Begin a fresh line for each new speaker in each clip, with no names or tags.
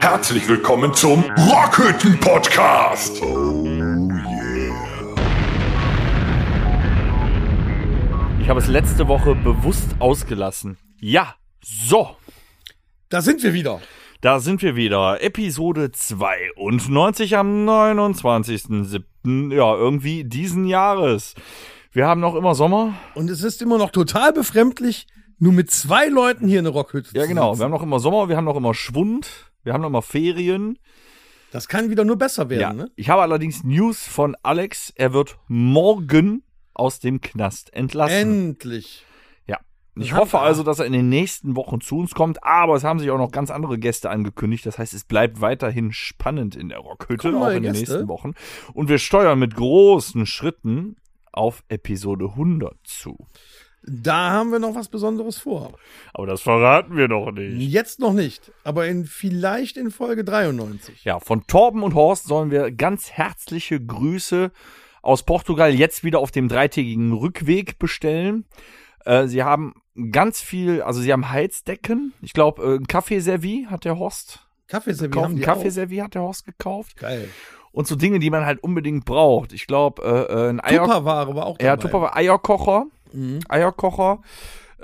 Herzlich willkommen zum Rockhütten Podcast. Oh yeah.
Ich habe es letzte Woche bewusst ausgelassen. Ja, so,
Da sind wir wieder.
da sind wir wieder. Episode 92 am 29.07. Ja, irgendwie diesen Jahres. Wir haben noch immer Sommer.
Und es ist immer noch total befremdlich, nur mit zwei Leuten hier in der Rockhütte
Ja,
zu
genau. Wir
sitzen.
haben noch immer Sommer, wir haben noch immer Schwund, wir haben noch immer Ferien.
Das kann wieder nur besser werden,
Ja.
ne?
Ich habe allerdings News von Alex. Er wird morgen aus dem Knast entlassen.
Endlich.
Ja. Ich
Hammer.
hoffe also, dass er in den nächsten Wochen zu uns kommt, aber es haben sich auch noch ganz andere Gäste angekündigt. Das heißt, es bleibt weiterhin spannend in der Rockhütte,
Kommen
auch
neue
in den
Gäste?
nächsten Wochen. Und wir steuern mit großen Schritten auf Episode 100 zu.
Da haben wir noch was Besonderes vor.
Aber das verraten wir noch nicht.
Jetzt noch nicht, aber in, vielleicht in Folge 93.
Ja, von Torben und Horst sollen wir ganz herzliche Grüße aus Portugal jetzt wieder auf dem dreitägigen Rückweg bestellen. Äh, sie haben ganz viel, also sie haben Heizdecken. Ich glaube, äh, ein Kaffeeservie hat der Horst
Kaffeeservier
gekauft.
haben
Ein
die auch.
Kaffeeservier hat der Horst gekauft.
Geil.
Und so Dinge, die man halt unbedingt braucht. Ich glaube, äh, äh, ein Eier
Tupperware war auch dabei.
ja, Tupperware, Eierkocher,
Mhm.
Eierkocher,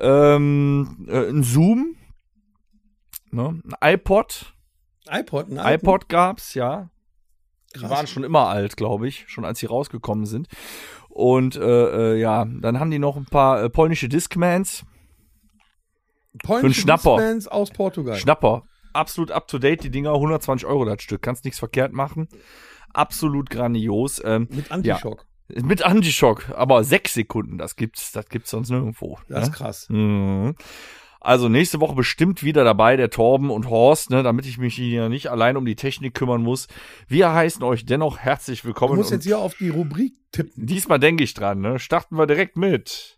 ähm, äh, ein Zoom, ne? ein iPod,
iPod, ein
iPod gab's, ja. Die
Krass.
waren schon immer alt, glaube ich, schon als sie rausgekommen sind. Und äh, äh, ja, dann haben die noch ein paar äh, polnische Discmans.
Polnische
für einen Schnapper.
Discmans aus Portugal.
Schnapper. Absolut up to date, die Dinger. 120 Euro das Stück. Kannst nichts verkehrt machen. Absolut grandios. Ähm,
mit Antischock.
mit Antischock, aber sechs Sekunden, das gibt's, das gibt's sonst nirgendwo.
Das ist
ne?
krass.
Mhm. Also nächste Woche bestimmt wieder dabei der Torben und Horst, ne, damit ich mich hier nicht allein um die Technik kümmern muss. Wir heißen euch dennoch herzlich
Du
willkommen.
musst
und
jetzt hier auf die Rubrik tippen.
diesmal denke ich dran, ne? Starten wir direkt mit.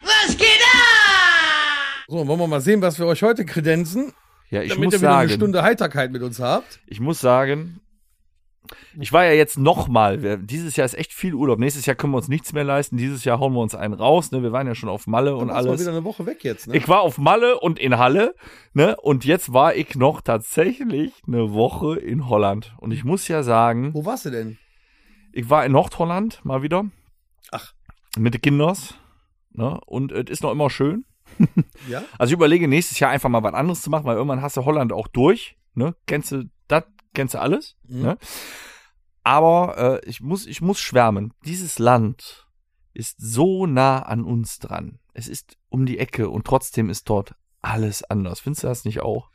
So, wollen wir mal sehen, was wir euch heute kredenzen,
Ja, ich
damit
muss
ihr wieder
sagen,
eine Stunde Heiterkeit mit uns habt.
ich muss sagen, ich war ja jetzt nochmal, dieses Jahr ist echt viel Urlaub. Nächstes Jahr können wir uns nichts mehr leisten. Dieses Jahr hauen wir uns einen raus, ne? Wir waren ja schon auf Malle und
Du warst mal
alles.
wieder eine Woche weg jetzt, ne?
Ich war auf Malle und in Halle, ne? Und jetzt war ich noch tatsächlich eine Woche in Holland. Und ich muss ja sagen,
Wo warst du denn?
ich war in Nordholland mal wieder.
Ach.
Mit den Kinders. Ne? Und es ist noch immer schön.
Ja?
Also ich überlege nächstes Jahr einfach mal was anderes zu machen, weil irgendwann hast du Holland auch durch. Ne? Kennst du das, kennst du alles.
Mhm.
Ne? Aber äh, ich, muss, ich muss schwärmen. Dieses Land ist so nah an uns dran. Es ist um die Ecke und trotzdem ist dort alles anders. Findest du das nicht auch?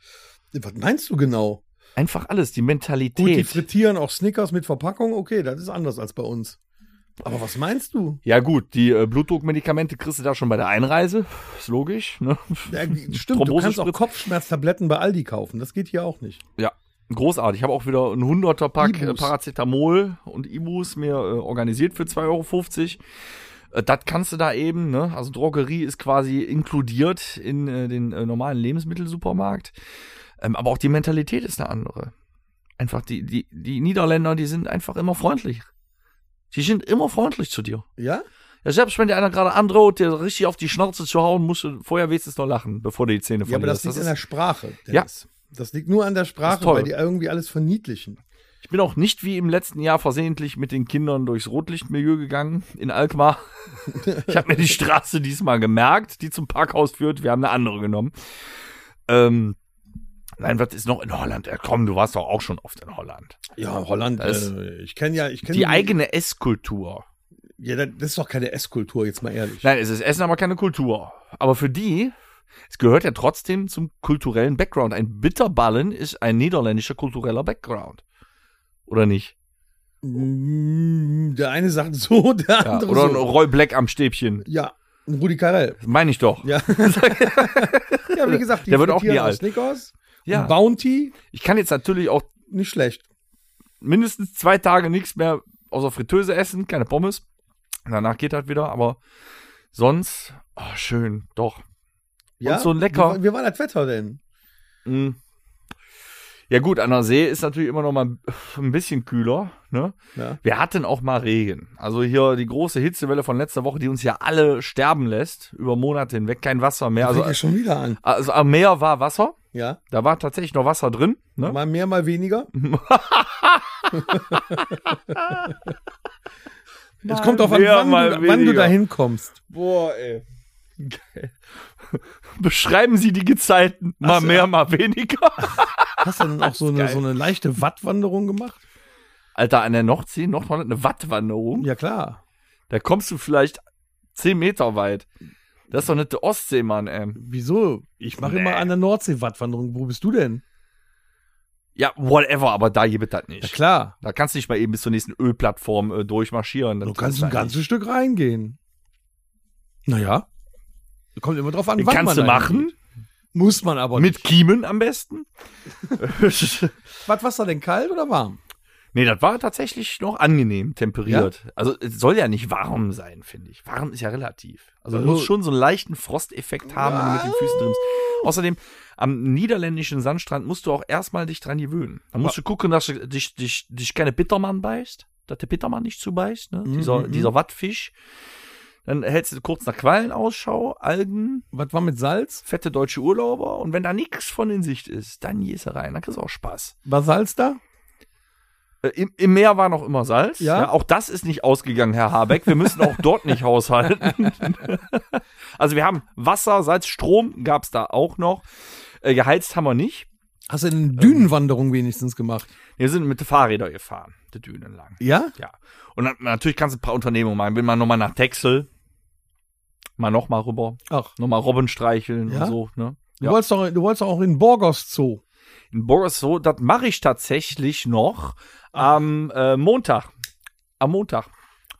Was meinst du genau?
Einfach alles, die Mentalität.
Gut, die frittieren auch Snickers mit Verpackung, okay, das ist anders als bei uns. Aber was meinst du?
ja gut, die äh, Blutdruckmedikamente kriegst du da schon bei der Einreise. Ist logisch. Ne?
Ja, stimmt, du kannst auch
Thrombosespritze.
Kopfschmerztabletten bei Aldi kaufen. Das geht hier auch nicht.
Ja, großartig. Ich habe auch wieder ein 100er Pack äh,
Ibus.
Paracetamol und Ibus mir äh, organisiert für 2,50 Euro. Äh, Das kannst du da eben, ne? Also Drogerie ist quasi inkludiert in äh, den äh, normalen Lebensmittelsupermarkt. Ähm, aber auch die Mentalität ist eine andere. Einfach die, die, die Niederländer, die sind einfach immer freundlich. Die sind immer freundlich zu dir.
Ja?
Ja, selbst wenn dir einer gerade androht, dir richtig auf die Schnauze zu hauen, musst du vorher wenigstens noch lachen, bevor du die Zähne von
Ja, aber
dir
das
hast.
liegt an
ist-
der Sprache.
Ja.
Dennis. Das liegt nur an der Sprache,
toll.
weil die irgendwie alles verniedlichen.
Ich bin auch nicht wie im letzten Jahr versehentlich mit den Kindern durchs Rotlichtmilieu gegangen in Alkmaar. Ich habe mir die Straße diesmal gemerkt, die zum Parkhaus führt. Wir haben eine andere genommen. Ähm, nein, was ist noch in Holland? Ja, komm, du warst doch auch schon oft in Holland.
Ja, Holland,
Das-
äh, ich kenne ja, ich kenne
Die eigene Esskultur.
Ja, das das ist doch keine Esskultur, jetzt mal ehrlich.
Nein, es ist Essen, aber keine Kultur. Aber für die, es gehört ja trotzdem zum kulturellen Background. Ein Bitterballen ist ein niederländischer kultureller Background. Oder nicht?
Mm, Der eine sagt so, der
Ja,
andere
oder ein
so.
Roy Black am Stäbchen.
Ja, ein Rudi Carell.
Meine ich doch.
Ja. ja, wie gesagt, die
Der wird auch nie
frittieren
alt.
Snickers.
Ja.
Ein Bounty,
Ich kann jetzt natürlich auch
nicht schlecht.
mindestens zwei Tage nichts mehr außer Fritteuse essen, keine Pommes. Danach geht das wieder, aber sonst, oh, schön, doch.
Ja?
so lecker.
Wie, war- wie war das Wetter denn?
Mm. Hm. Ja gut, an der See ist natürlich immer noch mal ein bisschen kühler. Ne?
Ja.
Wir hatten auch mal Regen. Also hier die große Hitzewelle von letzter Woche, die uns ja alle sterben lässt, über Monate hinweg, kein Wasser mehr.
Also,
Also,
ja schon wieder an.
also am Meer war Wasser,
Ja.
da war tatsächlich noch Wasser drin. Ne?
Mal mehr, mal weniger. Es kommt auf an,
mehr,
wann,
mal
du, wann du
weniger.
da hinkommst.
Boah, ey. Geil. Beschreiben Sie die Gezeiten. Mal
Ach so,
mehr,
ja.
mal weniger.
Hast du dann auch so eine,
geil.
so eine leichte Wattwanderung gemacht?
Alter, an der Nordsee, Nordholland, eine Wattwanderung.
Ja, klar.
Da kommst du vielleicht 10 Meter weit. Das ist doch nicht der Ostsee, Mann, ey.
Wieso? Ich mache
Nee.
immer an der Nordsee Wattwanderung. Wo bist du denn?
Ja, whatever, aber da gibt es das
Ja,
nicht.
klar.
da kannst du nicht mal eben bis zur nächsten Ölplattform äh, durchmarschieren.
Du
Das
kannst
ist
ein
da
ganzes Stück reingehen. Naja. Kommt immer drauf an,
nicht. Kannst du machen?
reingeht. Muss man aber
Mit Kiemen am besten?
nicht. Was Wasser denn kalt oder warm?
nee, das war tatsächlich noch angenehm temperiert. Also, es soll ja nicht warm sein, finde ich. Warm ist ja relativ. Also, du
Also-
musst schon so einen leichten Frosteffekt haben, wenn du mit den Füßen drin bist. Außerdem, am niederländischen Sandstrand musst du auch erstmal dich dran gewöhnen. Da musst du gucken, dass du dich, dich, dich keine Bittermann beißt, dass der Bittermann nicht zubeißt, ne?
Mhm,
dieser,
mhm.
dieser Wattfisch. Dann hältst du kurz nach Quallen Ausschau, Algen,
Was war mit Salz?
fette deutsche Urlauber und wenn da nichts von in Sicht ist, dann gehst du rein, dann kriegst du auch Spaß.
War Salz da?
Äh, Im, Im Meer war noch immer Salz.
Ja?
Auch das ist nicht ausgegangen, Herr Habeck. Wir müssen auch dort nicht haushalten. also wir haben Wasser, Salz, Strom gab es da auch noch. Äh, geheizt haben wir nicht.
Hast du eine Dünenwanderung wenigstens gemacht?
Wir sind mit den Fahrrädern gefahren, die Dünen lang.
Ja?
Ja. Und dann, natürlich kannst du ein paar Unternehmungen machen. Will man nochmal nach Texel, mal nochmal rüber,
Ach.
nochmal Robben streicheln
Ja?
und so. Ne?
Du,
Ja.
wolltest doch, du wolltest doch auch in Borgos Zoo.
In Boris so, das mache ich tatsächlich noch
Ah.
am äh, Montag. Am Montag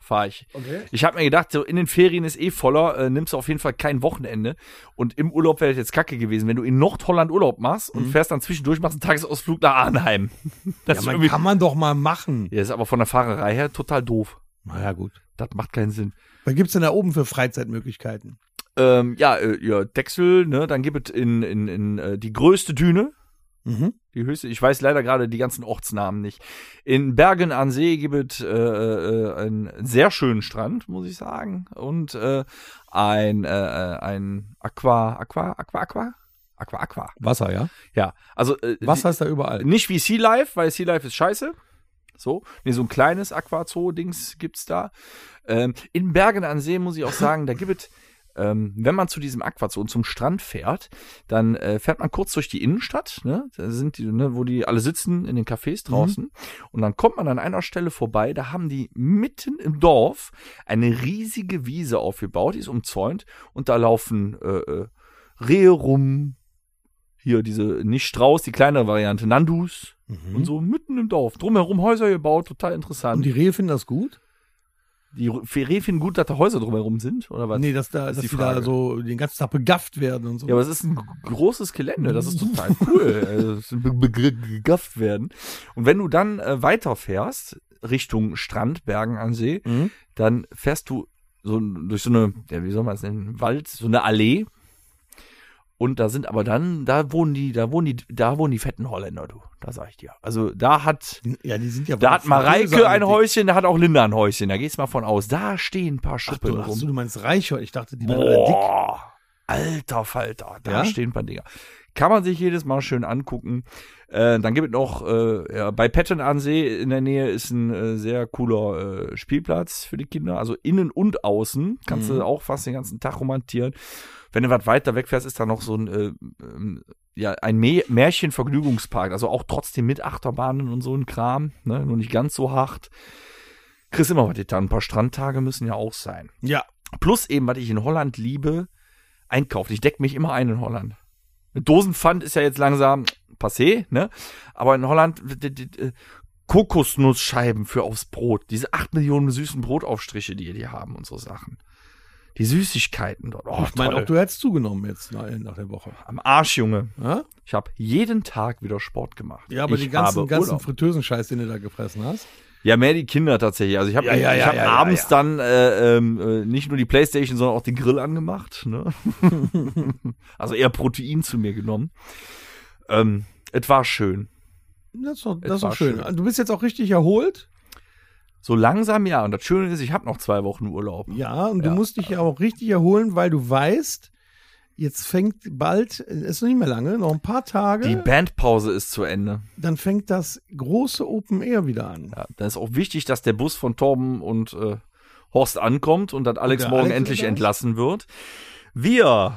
fahre ich.
Okay.
Ich habe mir gedacht, so in den Ferien ist eh voller, äh, nimmst du auf jeden Fall kein Wochenende. Und im Urlaub wäre das jetzt kacke gewesen, wenn du in Nordholland Urlaub machst und fährst dann zwischendurch, machst einen Tagesausflug nach Arnheim. Das
Mhm. Ja,
ist
man
irgendwie,
kann man doch mal machen.
ja, ist aber von der Fahrerei her total doof.
Na ja, gut.
Das macht keinen Sinn.
Was gibt's denn da oben für Freizeitmöglichkeiten?
Ähm, ja, äh, ja, Dexel, ne, dann gibt es in, in, in äh, die größte Düne,
Mhm.
die höchste, ich weiß leider gerade die ganzen Ortsnamen nicht. In Bergen an See gibt es äh, äh, einen sehr schönen Strand, muss ich sagen. Und äh, ein, äh, äh, ein Aqua, Aqua, Aqua, Aqua? Aqua, Aqua.
Wasser, ja?
Ja, also äh,
Wasser ist da
die-
überall.
nicht wie Sea Life, weil Sea Life ist scheiße. So, nee, so ein kleines Aquazoo-Dings gibt's da. Ähm, in Bergen an See muss ich auch sagen, da gibt es, ähm, wenn man zu diesem Aquazoo und zum Strand fährt, dann äh, fährt man kurz durch die Innenstadt, ne? Da sind die, ne, wo die alle sitzen in den Cafés
Mhm.
draußen. Und dann kommt man an einer Stelle vorbei, da haben die mitten im Dorf eine riesige Wiese aufgebaut, die ist umzäunt und da laufen äh, äh, Rehe rum. Hier diese, nicht Strauß, die kleinere Variante, Nandus
Mhm.
und so mitten im Dorf. Drumherum Häuser gebaut, total
Und
interessant.
die Rehe finden das gut?
Die Rehe finden gut, dass da Häuser drumherum sind, oder was?
nee, dass, da,
ist
dass
die
die, da
Frage.
so den ganzen Tag begafft werden und so.
Ja, aber es ist ein g- großes Gelände, das ist total cool. Also, es be- be- ge- gegafft werden. Und wenn du dann äh, weiterfährst, Richtung Strand, Bergen an See,
Mhm.
dann fährst du so ein- durch so eine, ja, wie soll man es nennen, Wald, so eine Allee. Und da sind aber dann, da wohnen die, da wohnen die, da wohnen die fetten Holländer, du. Da sag ich dir. Also da hat
ja, die sind ja
Da hat
von Größe
Mareike ein
angelegt.
Häuschen, da hat auch Linda ein Häuschen. Da gehst mal von aus. Da stehen ein paar
Ach
Schuppen
du, ach so,
rum.
du meinst Reichhol. Ich dachte, die wären alle dick.
Boah, alter Falter. Da
Ja?
stehen ein paar Dinger. Kann man sich jedes Mal schön angucken. Äh, dann gibt es noch, äh, ja, bei Petten an See in der Nähe ist ein äh, sehr cooler äh, Spielplatz für die Kinder. Also innen und außen kannst
Mhm.
du auch fast den ganzen Tag romantieren. Wenn du was weiter wegfährst, ist da noch so ein, äh, ähm, ja, ein Mä- Märchenvergnügungspark. Also auch trotzdem mit Achterbahnen und so ein Kram. Ne? Nur nicht ganz so hart. Chris, immer was getan. Ein paar Strandtage müssen ja auch sein.
Ja.
Plus eben, was ich in Holland liebe, einkaufen. Ich decke mich immer ein in Holland. Eine Dosenpfand ist ja jetzt langsam passé, ne? Aber in Holland d- d- d- Kokosnussscheiben für aufs Brot. Diese 8 Millionen süßen Brotaufstriche, die die haben und so Sachen. Die Süßigkeiten dort. Oh,
ich meine,
toll.
auch du hättest zugenommen jetzt nach, nach der Woche.
Am Arsch, Junge.
Ja,
Ich habe jeden Tag wieder Sport gemacht.
ja aber
ich
die ganzen,
habe
ganzen
Urlaub.
Fritteusenscheiß, den du da gefressen hast.
Ja, mehr die Kinder tatsächlich. Also ich habe
Ja, ja,
ich
ja,
hab
ja, ja,
abends
ja.
dann äh, ähm, äh, nicht nur die Playstation, sondern auch den Grill angemacht. Ne? also eher Protein zu mir genommen. Ähm, es war schön.
Das ist doch,
Es
das ist doch
war
schön.
schön.
Du bist jetzt auch richtig erholt.
So langsam ja. Und das Schöne ist, ich habe noch zwei Wochen Urlaub.
Ja, und
Ja.
du musst dich ja auch richtig erholen, weil du weißt, jetzt fängt bald, ist noch nicht mehr lange, noch ein paar Tage,
Die Bandpause ist zu Ende.
dann fängt das große Open Air wieder an.
Ja, da ist auch wichtig, dass der Bus von Torben und äh, Horst ankommt und dass Alex
der
morgen
Alex
endlich
wieder ist?
entlassen wird. Wir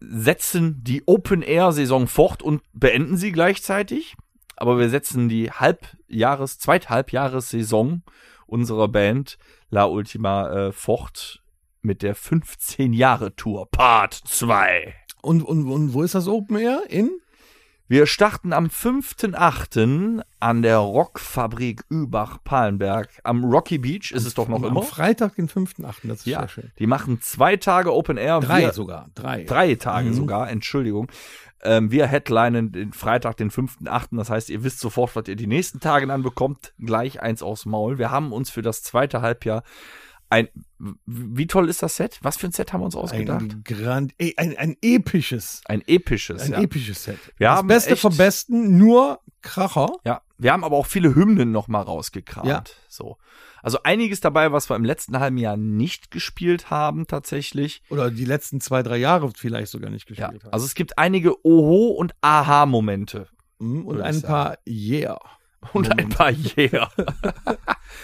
setzen die Open-Air-Saison fort und beenden sie gleichzeitig. Aber wir setzen die Halbjahres-, Zweithalbjahres-Saison unserer Band La Ultima äh, fort mit der 15-Jahre-Tour Part 2.
Und, und, und wo ist das Open Air? In?
Wir starten am 5.8. an der Rockfabrik Übach-Palenberg. Am Rocky Beach ist es doch noch
am
immer.
Freitag, den 5.8. Das ist
Ja,
sehr schön.
die machen zwei Tage Open Air.
Drei
wir,
sogar. Mhm. Drei.
Drei Tage sogar, Entschuldigung. Ähm, wir headlinen den Freitag, den 5.8. Das heißt, ihr wisst sofort, was ihr die nächsten Tage dann bekommt. Gleich eins aufs Maul. Wir haben uns für das zweite Halbjahr ein. w- Wie toll ist das Set? Was für ein Set haben wir uns ausgedacht?
Ein, grand, eh, ein, ein episches.
Ein episches.
Ein
ja.
episches Set.
Wir
das
haben
Beste
echt-
vom Besten, nur Kracher.
Ja, wir haben aber auch viele Hymnen noch mal rausgekramt.
Ja.
So. Also einiges dabei, was wir im letzten halben Jahr nicht gespielt haben tatsächlich.
Oder die letzten zwei, drei Jahre vielleicht sogar nicht
Ja.
gespielt haben.
Also es gibt einige Oho und Aha Momente
Mhm, und
würde
ein
ich
paar Yeah.
und ein paar Yeah.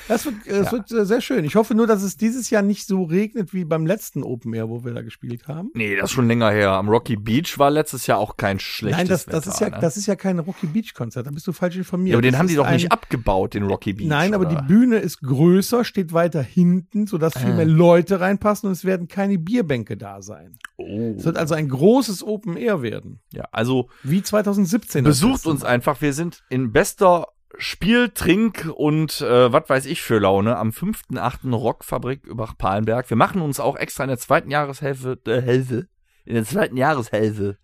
Das wird, äh, das wird äh, sehr schön. Ich hoffe nur, dass es dieses Jahr nicht so regnet wie beim letzten Open Air, wo wir da gespielt haben.
Nee, das ist schon länger her. Am Rocky Beach war letztes Jahr auch kein schlechtes
Nein, das,
Wetter,
das, ist ja,
ne?
das ist ja kein Rocky Beach Konzert. Da bist du falsch informiert.
ja, aber den
Das
haben die
ist
doch nicht
ein-
abgebaut, den Rocky Beach.
Nein, aber
oder? Ah.
die Bühne ist größer, steht weiter hinten, sodass viel mehr Leute reinpassen und es werden keine Bierbänke da sein.
Oh.
Es wird also ein großes Open Air werden.
Ja, also
Wie 2017. das
besucht
letzte
uns
Mal.
einfach. Wir sind in bester Spiel, Trink und äh, was weiß ich für Laune am 5.8. Rockfabrik Übach-Palenberg. Wir machen uns auch extra in der zweiten Jahreshälfte, äh, Hälfte, in der zweiten Jahreshälfte.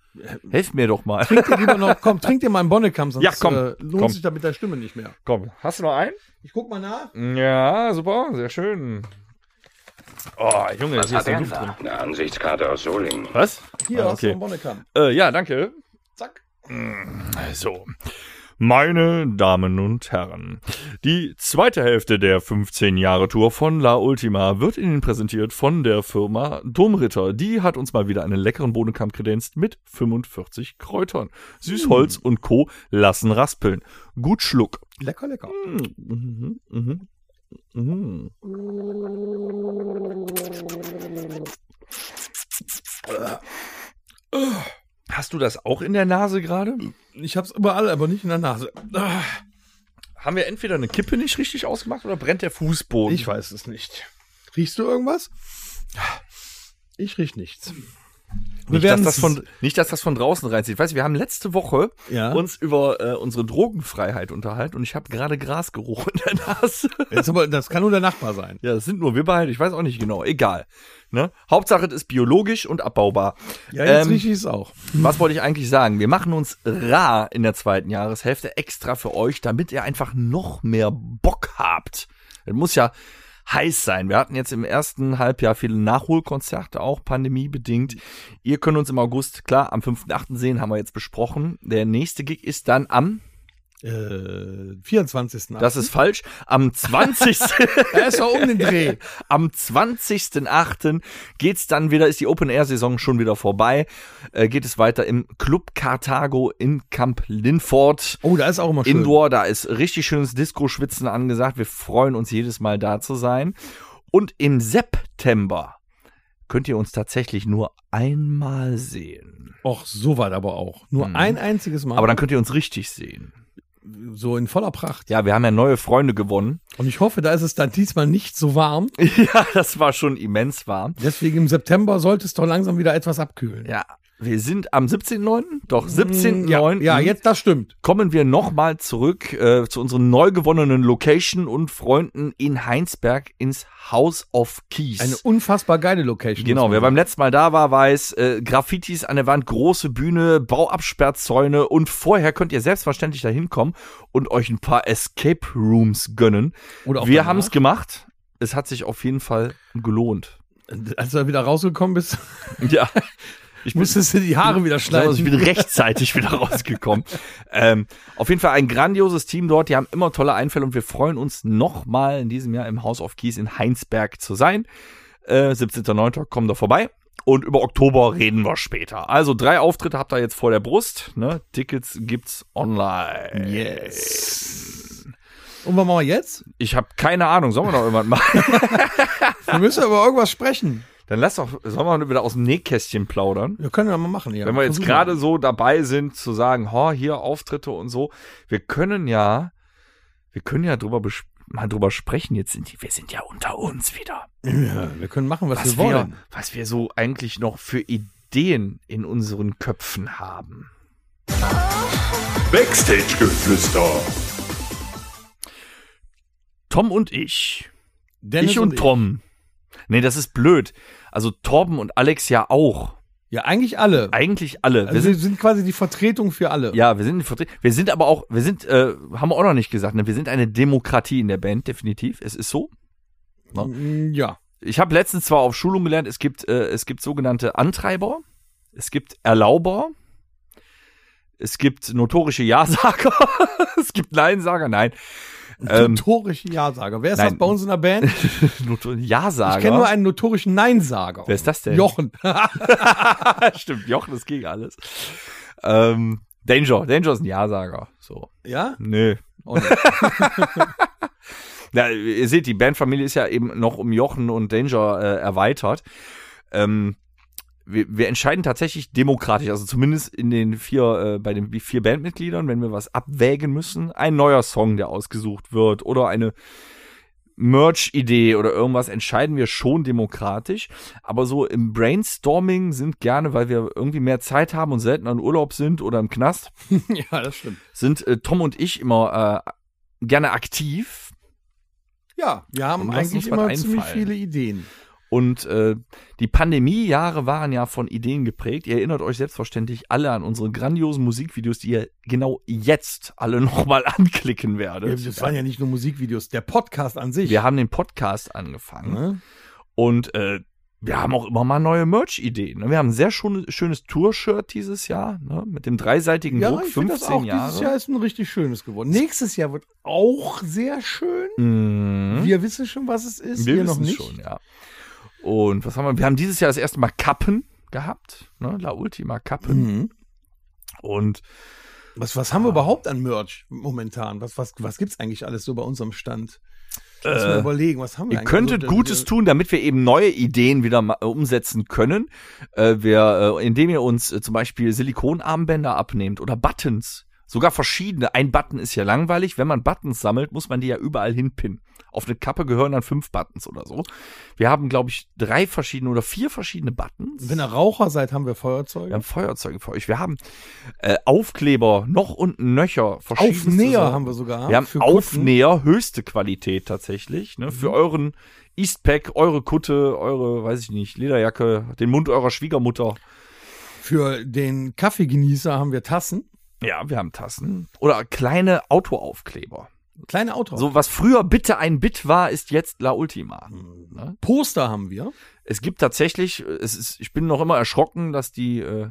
Helft mir doch mal.
Trink dir lieber noch, komm, trink dir mal einen Bonnekamp, sonst
Ja, komm,
äh, lohnt
komm.
sich da mit der Stimme nicht mehr.
Komm, hast du noch einen?
Ich guck mal nach.
Mhm. Ja, super, sehr schön. Oh, Junge, hier ist der Duft drin.
Eine Ansichtskarte aus Solingen.
Was?
Hier,
Ah,
hast du einen Bonnekamp.
Äh, ja, danke. Mm,
Zack.
So. Meine Damen und Herren, die zweite Hälfte der 15-Jahre-Tour von La Ultima wird Ihnen präsentiert von der Firma Domritter. Die hat uns mal wieder einen leckeren Bohnenkamp kredenzt mit 45 Kräutern. Süßholz und Co. lassen raspeln. Gut Schluck.
Lecker, lecker.
Mhm, mhm, mhm. Hast du das auch in der Nase gerade?
Ich hab's überall, aber nicht in der Nase. Ah,
Haben wir entweder eine Kippe nicht richtig ausgemacht oder brennt der Fußboden?
Ich weiß es nicht. Riechst du irgendwas? Ich riech nichts. Wir
nicht, dass
werden's-
das von, nicht, dass das von draußen reinzieht. Weißt du, wir haben letzte Woche
Ja.
uns über äh, unsere Drogenfreiheit unterhalten und ich habe gerade Grasgeruch in der Nase.
Jetzt aber, das kann nur der Nachbar sein.
Ja, das sind nur wir beide. Ich weiß auch nicht genau. Egal. Ne? Hauptsache, es ist biologisch und abbaubar.
Ja, jetzt
Ähm,
riech ich es auch.
Was wollte ich eigentlich sagen? Wir machen uns rar in der zweiten Jahreshälfte extra für euch, damit ihr einfach noch mehr Bock habt. Es muss ja heiß sein. Wir hatten jetzt im ersten Halbjahr viele Nachholkonzerte, auch pandemiebedingt. Ihr könnt uns im August, klar, am 5.8. sehen, haben wir jetzt besprochen. Der nächste Gig ist dann am,
Äh, 24.
das ist falsch, am 20.
er ist doch um den Dreh.
Am 20.08. geht's dann wieder, ist die Open-Air-Saison schon wieder vorbei, äh, geht es weiter im Club Carthago in Camp Linford.
Oh, da ist auch immer schön.
Indoor, da ist richtig schönes Disco-Schwitzen angesagt. Wir freuen uns jedes Mal da zu sein. Und im September könnt ihr uns tatsächlich nur einmal sehen.
Och, so weit aber auch. Nur ein einziges Mal.
Mhm. Aber dann könnt ihr uns richtig sehen.
so in voller Pracht.
Ja, wir haben ja neue Freunde gewonnen.
Und ich hoffe, da ist es dann diesmal nicht so warm.
ja, das war schon immens warm.
Deswegen im September sollte es doch langsam wieder etwas abkühlen.
Ja, wir sind am 17.09. Doch, 17.09.
Mm, Ja, ja, jetzt das stimmt.
kommen wir nochmal zurück äh, zu unseren neu gewonnenen Location und Freunden in Heinsberg ins House of Keys.
Eine unfassbar geile Location.
Genau, wer beim letzten Mal da war, weiß, äh, Graffitis an der Wand, große Bühne, Bauabsperrzäune und vorher könnt ihr selbstverständlich da hinkommen und euch ein paar Escape Rooms gönnen.
Oder auch
wir
danach.
haben es gemacht. Es hat sich auf jeden Fall gelohnt.
Als du da wieder rausgekommen bist,
Ja, Ich bin,
Musstest du die Haare wieder
also ich
schneiden.
bin rechtzeitig wieder rausgekommen. ähm, auf jeden Fall ein grandioses Team dort. Die haben immer tolle Einfälle und wir freuen uns nochmal in diesem Jahr im House of Keys in Heinsberg zu sein. Äh, 17.09. kommen da vorbei. Und über Oktober reden wir später. Also drei Auftritte habt ihr jetzt vor der Brust. Ne? Tickets gibt's online.
Yes. Und was machen wir jetzt?
Ich habe keine Ahnung. Sollen wir noch irgendwas machen?
Wir müssen über irgendwas sprechen.
Dann lass doch, sollen wir wieder aus dem Nähkästchen plaudern?
Wir können ja mal machen, ja.
Wenn wir jetzt
Versuchen
gerade so dabei sind zu sagen, ho, hier Auftritte und so, wir können ja, wir können ja drüber bes- mal drüber sprechen. Jetzt sind die, wir sind ja unter uns wieder.
Ja, wir können machen, was,
Was
wir wollen.
wir, was wir so eigentlich noch für Ideen in unseren Köpfen haben.
Backstage-Geflüster.
Tom und ich.
Dennis
ich und, Tom. Nee, das ist blöd. Also Torben und Alex ja auch.
Ja, eigentlich alle.
Eigentlich alle.
Also wir sind quasi die Vertretung für alle.
Ja, wir sind vertreten. Wir sind aber auch, wir sind, äh, haben wir auch noch nicht gesagt, ne? wir sind eine Demokratie in der Band, definitiv. Es ist so.
Mm, ja.
Ich habe letztens zwar auf Schulung gelernt, es gibt, äh, es gibt sogenannte Antreiber, es gibt Erlauber, es gibt notorische Ja-Sager, es gibt Nein-Sager, nein. Ähm,
Notorische Ja-Sager. Wer ist
nein.
das bei uns in der Band? Ich
Notor- Ja-Sager.
kenne nur einen notorischen Nein-Sager.
Wer ist das denn?
Jochen.
Stimmt, Jochen, das ging alles. Ähm, Danger, Danger ist ein Ja-Sager. So.
ja?
Nö.
Oh, nee.
Na, ihr seht, die Bandfamilie ist ja eben noch um Jochen und Danger äh, erweitert. Ähm, wir, wir entscheiden tatsächlich demokratisch, also zumindest in den vier, äh, bei den vier Bandmitgliedern, wenn wir was abwägen müssen, ein neuer Song, der ausgesucht wird oder eine Merch-Idee oder irgendwas, entscheiden wir schon demokratisch. Aber so im Brainstorming sind gerne, weil wir irgendwie mehr Zeit haben und seltener in Urlaub sind oder im Knast,
ja, das stimmt.
sind äh, Tom und ich immer äh, gerne aktiv
Ja, wir haben
Und lass uns
eigentlich
was
immer ziemlich
einfallen.
viele Ideen.
Und äh, die Pandemiejahre waren ja von Ideen geprägt. Ihr erinnert euch selbstverständlich alle an unsere grandiosen Musikvideos, die ihr genau jetzt alle nochmal anklicken werdet.
Das waren ja nicht nur Musikvideos, der Podcast an sich.
Wir haben den Podcast angefangen
Ne?
und äh, wir haben auch immer mal neue Merch-Ideen. ne? Wir haben ein sehr schönes, schönes Tour-Shirt dieses Jahr ne? mit dem dreiseitigen
Ja,
Druck
ich finde das
15
auch. Dieses
Jahre.
Jahr ist ein richtig schönes geworden. Nächstes Jahr wird auch sehr schön.
Mhm.
Wir wissen schon, was es ist.
Wir
ihr
wissen
noch nicht.
schon, ja. Und was haben wir? Wir haben dieses Jahr das erste Mal Kappen gehabt, ne? La Ultima Kappen.
Mhm.
Und
Was, was
Ah.
haben wir überhaupt an Merch momentan? Was, was, was gibt's eigentlich alles so bei unserem Stand? Lass mal
Äh,
überlegen, was haben wir
Ihr
eigentlich?
könntet
Also,
Gutes
äh,
tun, damit wir eben neue Ideen wieder ma- äh, umsetzen können. Äh, wir, äh, indem ihr uns äh, zum Beispiel Silikonarmbänder abnehmt oder Buttons. Sogar verschiedene. Ein Button ist ja langweilig. Wenn man Buttons sammelt, muss man die ja überall hinpinnen. Auf eine Kappe gehören dann fünf Buttons oder so. Wir haben, glaube ich, drei verschiedene oder vier verschiedene Buttons.
Wenn ihr Raucher seid, haben wir Feuerzeuge.
wir haben Feuerzeuge für euch. Wir haben äh, Aufkleber noch und nöcher. verschiedenste
Aufnäher
Sorten.
haben wir sogar.
Wir haben
für Mhm. Kunden.
Aufnäher, höchste Qualität tatsächlich. Ne? Für euren Eastpack, eure Kutte, eure, weiß ich nicht, Lederjacke, den Mund eurer Schwiegermutter.
Für den Kaffeegenießer haben wir Tassen.
Ja, wir haben Tassen. Oder kleine Autoaufkleber.
Kleine Autos.
So, was früher bitte ein Bit war, ist jetzt La Ultima.
Mhm. Ne? Poster haben wir.
Es gibt tatsächlich, es ist, ich bin noch immer erschrocken, dass die äh,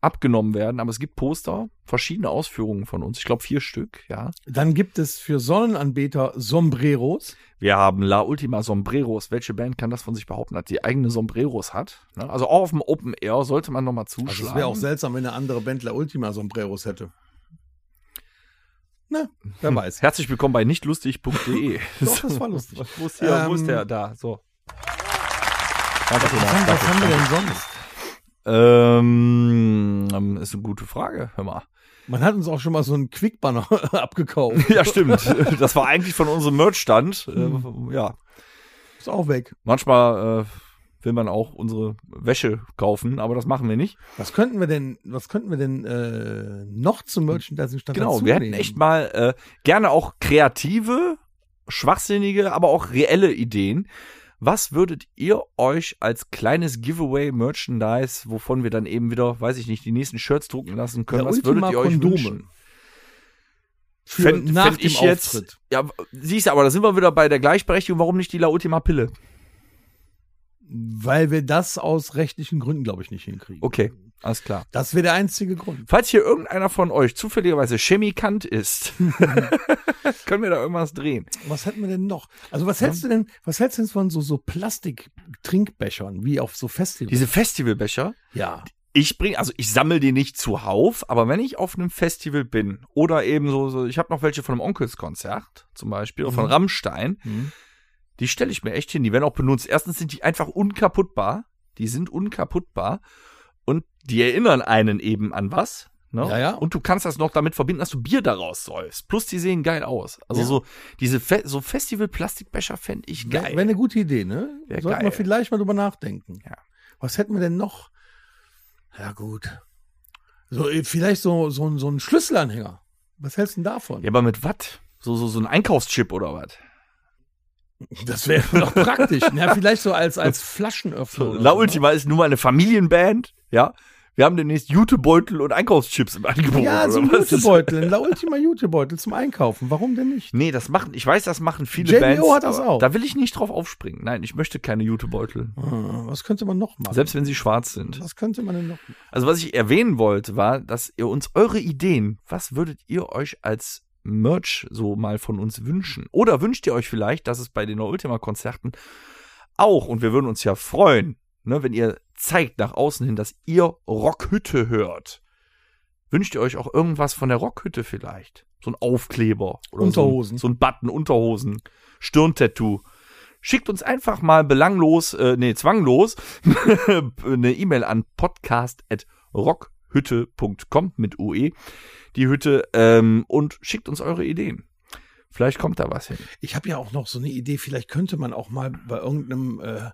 abgenommen werden, aber es gibt Poster, verschiedene Ausführungen von uns. Ich glaube vier Stück, ja.
Dann gibt es für Sonnenanbeter Sombreros.
Wir haben La Ultima Sombreros. Welche Band kann das von sich behaupten, dass die eigene Sombreros hat? Ne? Also auch auf dem Open Air sollte man nochmal
Also
zuschlagen.
es wäre auch seltsam, wenn eine andere Bändler Ultima Sombreros hätte. Na,
Hm.
wer weiß.
Herzlich willkommen bei nichtlustig.de.
Doch, das war lustig.
Wo ist, hier, wo ist der?
Ähm,
Da, so. Danke,
Was
Thomas.
haben wir denn sonst?
Ähm, ähm, ist eine gute Frage, hör mal.
Man hat uns auch schon mal so einen Quickbanner abgekauft.
Ja, stimmt. Das war eigentlich von unserem Merch-Stand.
Hm.
Äh, ja,
Ist auch weg.
manchmal äh, will man auch unsere Wäsche kaufen, aber das machen wir nicht.
Was könnten wir denn, was könnten wir denn äh, noch zum Merchandising-Stand
Genau,
dazu
wir hätten
nehmen?
echt mal äh, gerne auch kreative, schwachsinnige, aber auch reelle Ideen. Was würdet ihr euch als kleines Giveaway Merchandise, wovon wir dann eben wieder, weiß ich nicht, die nächsten Shirts drucken lassen können,
Ja,
was
Ultima
würdet ihr euch
Kondome.
wünschen?
für
fänd-
nach
fänd
dem
ich jetzt-
Auftritt.
Ja, w- siehst du, aber da sind wir wieder bei der Gleichberechtigung. Warum nicht die La Ultima Pille?
Weil wir das aus rechtlichen Gründen, glaube ich, nicht hinkriegen.
Okay, Alles klar.
Das wäre der einzige Grund.
Falls hier irgendeiner von euch zufälligerweise Chemikant ist, können wir da irgendwas drehen.
Was hätten wir denn noch? Also was hältst du denn, was hältst du denn von so, so Plastik-Trinkbechern, wie auf so Festivals?
Diese Festivalbecher,
ja.
ich bringe, also ich sammle die nicht zuhauf, aber wenn ich auf einem Festival bin oder eben so, so ich habe noch welche von einem Onkelskonzert zum Beispiel oder von
Mhm.
Rammstein,
Mhm.
die stelle ich mir echt hin. Die werden auch benutzt. Erstens sind die einfach unkaputtbar. Die sind unkaputtbar und die erinnern einen eben an was. Ne?
Ja, ja.
Und du kannst das noch damit verbinden, dass du Bier daraus säufst. Plus die sehen geil aus. Also
Ja.
so diese Fe so Festival-Plastikbecher fände ich
Wäre
geil.
eine gute Idee, ne?
Wär
Sollten
geil.
wir vielleicht mal drüber nachdenken.
Ja.
Was hätten wir denn noch? Ja, gut. So, eh, vielleicht so, so, ein- so ein Schlüsselanhänger. Was hältst du denn davon?
ja, aber mit was? So, so, so ein Einkaufschip oder was?
Das wäre doch praktisch. Ja, vielleicht so als, als Flaschenöffner.
So,
oder
La
so, ne?
Ultima ist nun mal eine Familienband, ja. Wir haben demnächst Jutebeutel und Einkaufschips im Angebot.
Ja, so ein
oder was?
Jutebeutel, ein La Ultima Jutebeutel zum Einkaufen. Warum denn nicht?
Nee, das machen, ich weiß, das machen viele
JBO
Bands.
hat das
aber
auch.
Da will ich nicht drauf aufspringen. Nein, ich möchte keine Jutebeutel.
Hm, Was könnte man noch machen?
Selbst wenn sie schwarz sind.
was könnte man denn noch machen?
Also was ich erwähnen wollte, war, dass ihr uns eure Ideen, was würdet ihr euch als Merch so mal von uns wünschen? Oder wünscht ihr euch vielleicht, dass es bei den No Ultima Konzerten auch, und wir würden uns ja freuen, ne, wenn ihr zeigt nach außen hin, dass ihr Rockhütte hört. Wünscht ihr euch auch irgendwas von der Rockhütte vielleicht? So ein Aufkleber oder
Unterhosen.
So, ein, so ein Button, Unterhosen, Stirntattoo. Schickt uns einfach mal belanglos, äh, nee, zwanglos eine E-Mail an podcast.rockhütte.com mit UE, die Hütte, ähm, und schickt uns eure Ideen. Vielleicht kommt da was hin.
Ich habe ja auch noch so eine Idee, vielleicht könnte man auch mal bei irgendeinem äh,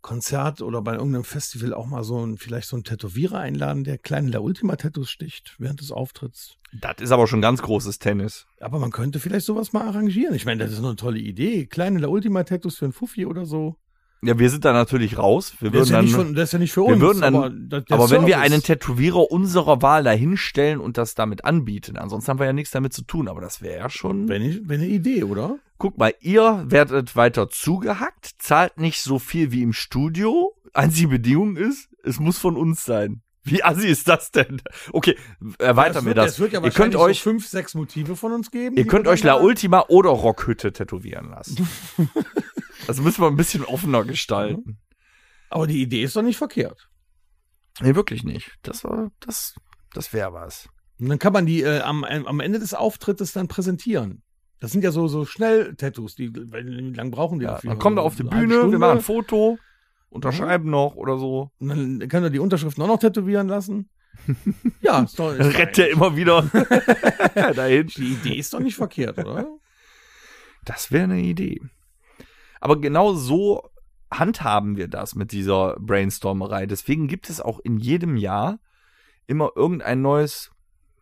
Konzert oder bei irgendeinem Festival auch mal so ein, vielleicht so einen Tätowierer einladen, der kleine La Ultima-Tattoos sticht während des Auftritts.
Das ist aber schon ganz großes Tennis.
Aber man könnte vielleicht sowas mal arrangieren. Ich meine, das ist eine tolle Idee. Kleine La Ultima-Tattoos für einen Fuffi oder so.
Ja, wir sind da natürlich raus. Wir
Das ist,
würden
ja
dann,
nicht von, das ist ja nicht für
wir
uns.
würden dann-
das- der
aber wenn wir
Service.
einen Tätowierer unserer Wahl dahinstellen und das damit anbieten, ansonsten haben wir ja nichts damit zu tun, aber das wäre ja schon.
Wenn ich, wenn eine Idee, oder?
Guck mal, ihr werdet weiter zugehackt, zahlt nicht so viel wie im Studio. Einzige Bedingung ist, es muss von uns sein. Wie assi ist das denn? Okay, erweitern wir das.
wird ja
ihr könnt
wahrscheinlich
euch,
so fünf, sechs Motive von uns geben.
ihr
die
könnt
wir
euch
dann
La
da-
Ultima oder Rockhütte tätowieren lassen. das müssen wir ein bisschen offener
Mhm.
gestalten.
Aber die Idee ist doch nicht verkehrt.
Nee, wirklich nicht. Das war, das, das wäre was.
Und dann kann man die äh, am, am Ende des Auftrittes dann präsentieren. Das sind ja so, so Schnell-Tattoos, die wie lange brauchen die
Ja,
dafür?
man kommt
So
auf die
eine halbe
Bühne, wir
Stunde.
machen ein Foto, unterschreiben noch oder so.
Und dann können wir die Unterschriften auch noch tätowieren lassen. ja, ist doch, ist
Rett der immer wieder dahin.
die Idee ist doch nicht verkehrt, oder?
Das wäre eine Idee. Aber genau so handhaben wir das mit dieser Brainstormerei. Deswegen gibt es auch in jedem Jahr immer irgendein neues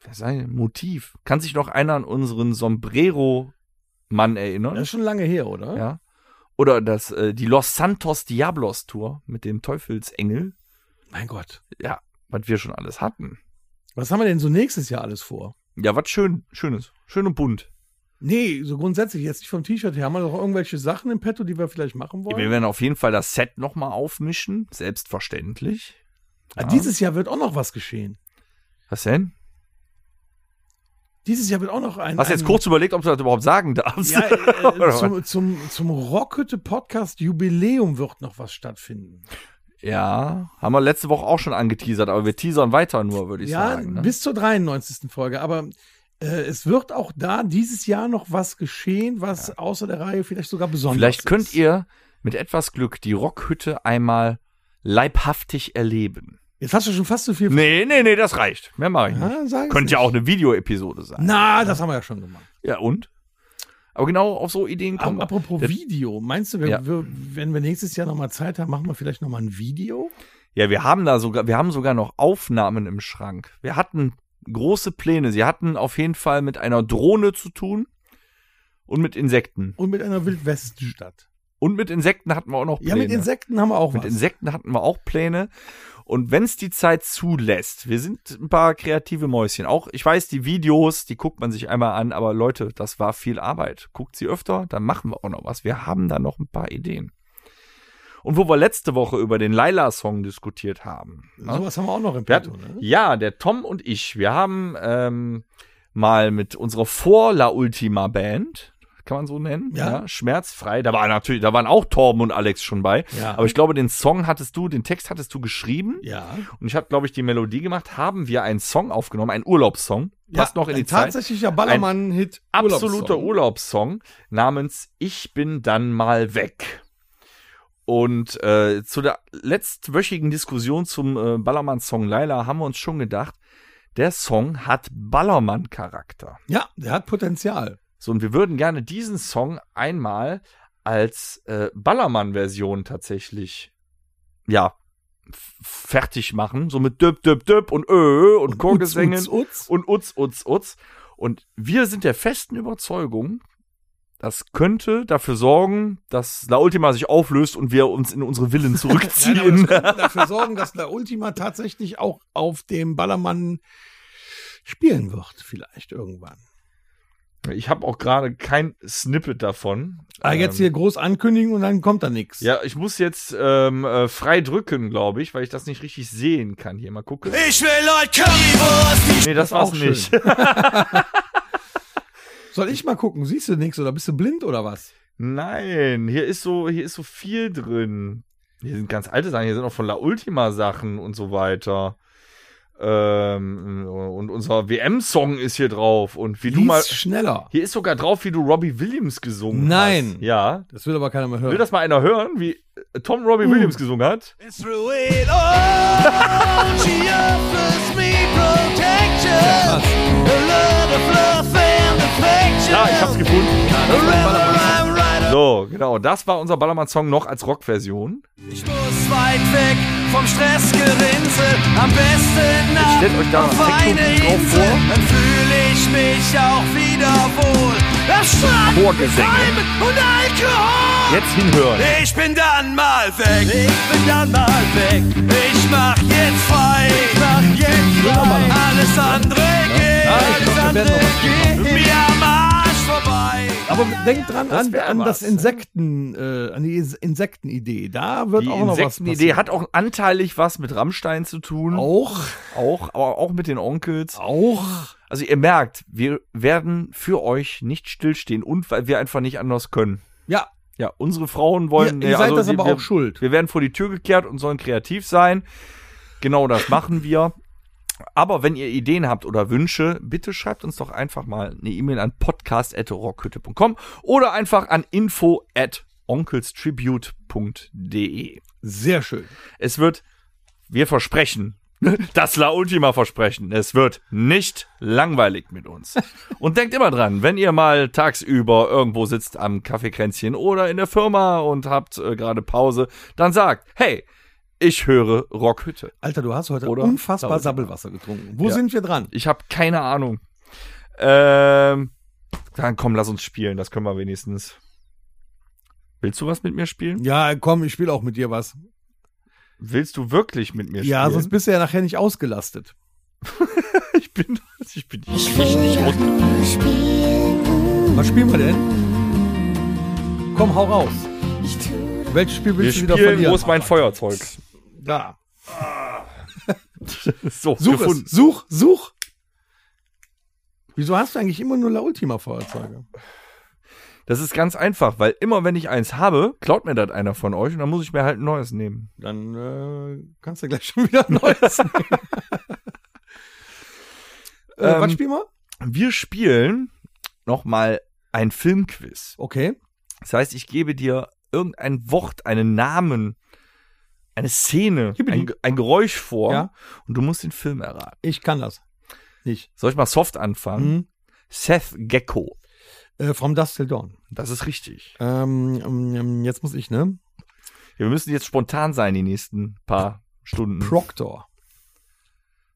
was sei, Motiv. Kann sich noch einer an unseren Sombrero-Mann erinnern?
Das ist schon lange her, oder?
ja. Oder das, äh, die Los Santos Diablos Tour mit dem Teufelsengel,
Mein Gott.
was wir schon alles hatten.
Was haben wir denn so nächstes Jahr alles vor?
Ja, was schön, Schönes. Schön und bunt.
Nee, so grundsätzlich jetzt nicht vom T-Shirt her. Haben wir noch irgendwelche Sachen im Petto, die wir vielleicht machen wollen?
Wir werden auf jeden Fall das Set nochmal aufmischen. Selbstverständlich.
Ah, Dieses Jahr wird auch noch was geschehen.
Was denn?
Dieses Jahr wird auch noch ein.
Hast jetzt
ein,
kurz überlegt, ob du das überhaupt sagen darfst.
Ja, äh,
Oder
zum, zum, zum Rockhütte Podcast Jubiläum wird noch was stattfinden.
ja, haben wir letzte Woche auch schon angeteasert, aber wir teasern weiter nur, würde ich
ja,
sagen. Ne?
bis zur 93. Folge. Aber äh, es wird auch da dieses Jahr noch was geschehen, was außer der Reihe vielleicht sogar besonders
Vielleicht
ist.
könnt ihr mit etwas Glück die Rockhütte einmal leibhaftig erleben.
Jetzt hast du schon fast so viel.
Nee, nee, nee, das reicht. Mehr mache ich nicht.
Ja, sag es
Könnte ja
nicht.
auch eine Videoepisode sein.
Na, das haben wir ja schon gemacht.
Ja, und? Aber genau auf so Ideen kommen
Aber
wir.
apropos
Der-
Video, meinst du, wir,
Ja.
wir, wenn wir nächstes Jahr nochmal Zeit haben, machen wir vielleicht nochmal ein Video?
Ja, wir haben da sogar, wir haben sogar noch Aufnahmen im Schrank. Wir hatten große Pläne. Sie hatten auf jeden Fall mit einer Drohne zu tun und mit Insekten.
Und mit einer Wildweststadt.
Und mit Insekten hatten wir auch noch Pläne.
Ja, mit Insekten haben wir auch
Mit
was.
Insekten hatten wir auch Pläne. Und wenn es die Zeit zulässt, wir sind ein paar kreative Mäuschen. Auch, ich weiß, die Videos, die guckt man sich einmal an, aber Leute, das war viel Arbeit. Guckt sie öfter, dann machen wir auch noch was. Wir haben da noch ein paar Ideen. Und wo wir letzte Woche über den Laila-Song diskutiert haben. ne?
Sowas haben wir auch noch im
Wir hatten,
Petto, ne?
Ja, der Tom und ich, wir haben ähm, mal mit unserer Vor-La Ultima Band, kann man so nennen,
Ja.
schmerzfrei. Da war natürlich, da waren auch Torben und Alex schon bei.
Ja.
Aber ich glaube, den Song hattest du, den Text hattest du geschrieben.
Ja.
Und ich habe, glaube ich, die Melodie gemacht. Haben wir einen Song aufgenommen, einen Urlaubssong. Passt noch in die
ein
Zeit.
Tatsächlicher Ballermann-Hit.
absoluter
Urlaubssong.
Urlaubssong namens Ich bin dann mal weg. Und äh, zu der letztwöchigen Diskussion zum äh, Ballermann-Song Laila haben wir uns schon gedacht, der Song hat Ballermann-Charakter.
Ja, der hat Potenzial.
So, und wir würden gerne diesen Song einmal als äh, Ballermann-Version tatsächlich, ja, f- fertig machen. So mit Döp, Döp, Döp und Ö und, und Chorgesängen
Utz, utz, utz.
und Utz, Utz, Utz. Und wir sind der festen Überzeugung, das könnte dafür sorgen, dass La Ultima sich auflöst und wir uns in unsere Villen
Nein, aber das
zurückziehen.
könnte dafür sorgen, dass La Ultima tatsächlich auch auf dem Ballermann spielen wird, vielleicht irgendwann.
ich habe auch gerade kein Snippet davon.
Ah, jetzt hier groß ankündigen und dann kommt da nichts.
Ähm. Ja, ich muss jetzt ähm, äh, frei drücken, glaube ich, weil ich das nicht richtig sehen kann. Hier mal gucken.
Ich will heute Currywurst.
Nee, das,
ist auch
war's nicht.
Soll ich mal gucken? Siehst du nichts oder bist du blind oder was?
Nein, hier ist so, hier ist so viel drin. Hier sind ganz alte Sachen, hier sind auch von La Ultima Sachen und so weiter. Ähm, und unser WM-Song ist hier drauf. Und wie du
Lies
mal.
schneller.
Hier ist sogar drauf, wie du Robbie Williams gesungen hast.
Nein.
Ja.
Das will aber keiner mehr hören.
Will das mal einer hören, wie Tom Robbie
Uh.
Williams gesungen hat?
It's through it all. She offers me protection. The love, the fluff and affection.
Ah, ich hab's gefunden.
Wherever I'm right.
So, genau. Das war unser Ballermann-Song noch als Rockversion.
Ich muss weit weg vom Stressgerinnsel. Am besten ab
stellt euch da
auf
mal ein
eine
Text drauf
Insel.
vor.
Dann fühle ich mich auch wieder wohl. Das Strand
Chorgesänge.
mit Palmen und Alkohol.
Jetzt hinhören.
Ich bin dann mal weg. Ich bin dann mal weg. Ich mach jetzt frei. Ich mach jetzt frei. Alles andere geht.
ich glaub,
Alles
wir werden
andere geht. Mir am Arsch vorbei.
aber denk dran an,
wär
an
was.
das Insekten, äh, an die Is- Insektenidee. Da wird
Die
auch noch was
Insektenidee
passieren.
hat auch anteilig was mit Rammstein zu tun.
auch,
Auch, aber auch mit den Onkels.
auch.
Also ihr merkt, wir werden für euch nicht stillstehen und weil wir einfach nicht anders können.
Ja,
Ja, unsere Frauen
ihr,
wollen.
ihr
ja,
seid
also
das
wir-
aber
wir,
auch schuld.
Wir werden vor die Tür gekehrt und sollen kreativ sein. Genau das machen wir. Aber wenn ihr Ideen habt oder Wünsche, bitte schreibt uns doch einfach mal eine E-Mail an podcast.rockhütte.com oder einfach an info at onkelstribute.de.
Sehr schön.
Es wird, wir versprechen, das La Ultima versprechen, es wird nicht langweilig mit uns. Und denkt immer dran, wenn ihr mal tagsüber irgendwo sitzt am Kaffeekränzchen oder in der Firma und habt äh, gerade Pause, dann sagt, hey, ich höre Rockhütte.
Alter, du hast heute
Oder? Da
unfassbar
unten.
Sabbelwasser getrunken. Wo
Ja.
sind wir dran?
Ich habe keine Ahnung. Ähm, dann komm, lass uns spielen, das können wir wenigstens. Willst du was mit mir spielen?
Ja, komm, ich spiele auch mit dir was.
Willst du wirklich mit mir
Ja,
spielen?
sonst bist du ja nachher nicht ausgelastet.
ich bin, ich bin
Ich will mit mir spielen.
Was spielen wir denn? Komm, hau raus.
Ich tu
Welches Spiel
Wir
willst du wieder
spielen,
verlieren?
wo ist mein Feuerzeug?
Da.
So,
Such
gefunden.
es. Such, such. Wieso hast du eigentlich immer nur La Ultima Feuerzeuge?
Das ist ganz einfach, weil immer wenn ich eins habe, klaut mir das einer von euch und dann muss ich mir halt ein neues nehmen.
Dann äh, kannst du gleich schon wieder ein neues nehmen. äh,
Ähm,
was spielen wir?
Wir spielen nochmal ein Filmquiz.
Okay.
Das heißt, ich gebe dir irgendein Wort, einen Namen, eine Szene,
Gib mir
ein,
die.
ein Geräusch vor
Ja.
und du musst den Film erraten.
Ich kann das. Nicht.
Soll ich mal soft anfangen?
Mhm.
Seth Gecko.
Äh, From Dusk Till Dawn.
Das ist richtig.
Ähm, ähm, jetzt muss ich, ne?
Ja, wir müssen jetzt spontan sein die nächsten paar Stunden.
Proctor.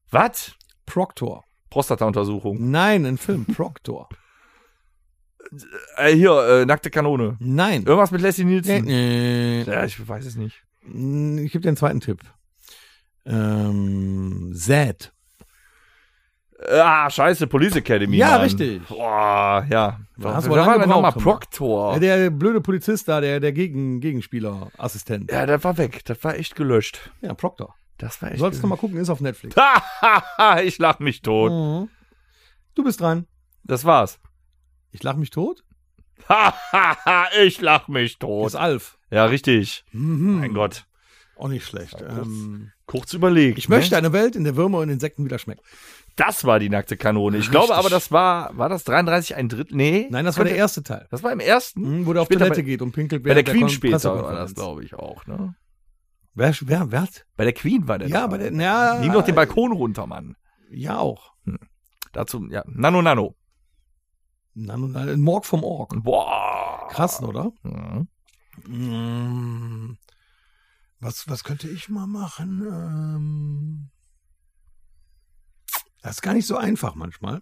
Was?
Proctor.
Prostata-Untersuchung.
Nein, ein Film. Proctor.
Äh, hier, äh, nackte Kanone.
Nein. Äh,
Irgendwas mit Leslie
Nee,
Nielsen.
nee.
Ja, ich weiß es nicht.
Mm, Ich gebe dir einen zweiten Tipp. Ähm, Zed.
Ah, scheiße, Police Academy.
Ja,
Mann.
richtig.
Boah, ja.
hast
Was
du aber
war
lange
denn nochmal?
gebraucht, Hammer.
Proctor.
Ja, der blöde Polizist da, der, der Gegen, Gegenspieler, Assistent.
Ja, der war weg. Das war echt gelöscht.
Ja, Proctor.
Das war echt.
Solltest du mal gucken, ist auf Netflix.
Hahaha, ich lach mich tot.
Mhm. Du bist dran.
Das war's.
Ich lache mich tot?
Hahaha, ich lach mich
Das
tot.
ist Alf.
Ja, richtig.
Mhm.
Mein Gott.
Auch nicht schlecht. Ähm,
Kurz überlegt. ne?
ich möchte eine Welt, in der Würmer und Insekten wieder schmecken.
Das war die nackte Kanone. Ich glaube aber, das war, war das 33 ein Drittel? Nee.
Nein, das war der
Könnte-
erste Teil.
Das war im ersten?
Mhm, wo der auf
Später
Toilette
bei-
geht und pinkelt
Bei der
während
Queen
Kon-
später war
Pressekonferenz.
das, glaube ich, auch, ne?
Wer, wer, wer? hat-
Bei der Queen war der
Ja,
das
bei der,
mal.
na,
Nimm doch den Balkon runter, Mann.
Ja, auch.
Dazu, ja. Nano, nano.
Na, nun, ein Morg vom Org.
Boah.
Krass, oder?
Mhm.
Mm.
Was, was könnte ich mal machen? Ähm, das ist gar nicht so einfach manchmal.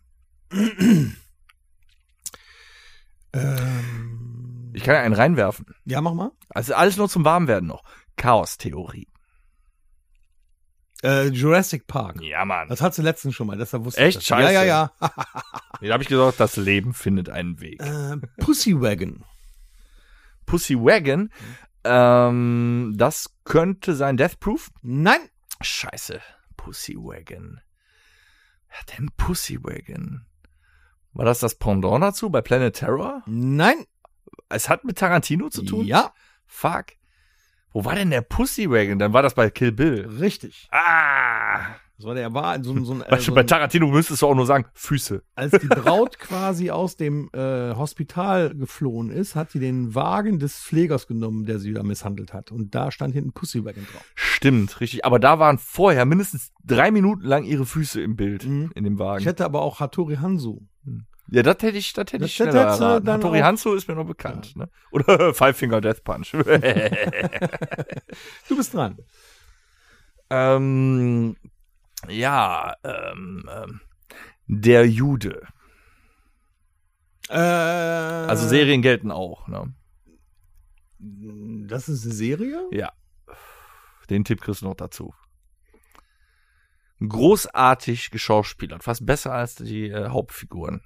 ähm,
Ich kann ja einen reinwerfen.
Äh, Ja, mach mal.
Also alles nur zum Warmwerden noch. Chaos-Theorie.
Äh, Jurassic Park.
Ja, Mann.
Das hat sie letztens schon mal, deshalb wusste
Echt?
ich das.
Scheiße.
Ja, ja,
Da habe ich gesagt, das Leben findet einen Weg.
ja. Äh, Pussy Wagon.
Pussy Wagon, ähm, das könnte sein Death Proof.
Nein.
Scheiße. Pussy Wagon. Wer denn Pussy Wagon? War das das Pendant dazu bei Planet Terror?
Nein.
Es hat mit Tarantino zu tun?
Ja,
Fuck. Wo war denn der Pussy Wagon? Dann war das bei Kill Bill.
richtig.
Ah!
Das war der war so, ein- so ein, äh,
Weißt
so
du, bei
ein
Tarantino müsstest du auch nur sagen, Füße.
als die Braut quasi aus dem äh, Hospital geflohen ist, hat sie den Wagen des Pflegers genommen, der sie da misshandelt hat. Und da stand hinten Pussy Wagon drauf.
Stimmt, richtig. Aber da waren vorher mindestens drei Minuten lang ihre Füße im Bild,
Mhm.
in dem
Ich
Wagen.
hätte aber auch Hattori Hansu.
Ja, das hätte ich, das hätte
Das-
ich
das
schneller
hättest du
erraten.
dann
Tori
auch-
Hanzo ist mir noch bekannt. Ne? Oder Five Finger Death Punch.
Du bist dran.
ähm, ja, ähm, ähm, der Jude.
Äh,
Also
also
Serien gelten auch. Ne?
Das ist eine Serie?
Ja. Den Tipp kriegst du noch dazu. Großartig geschauspielert. Fast besser als die äh, Hauptfiguren.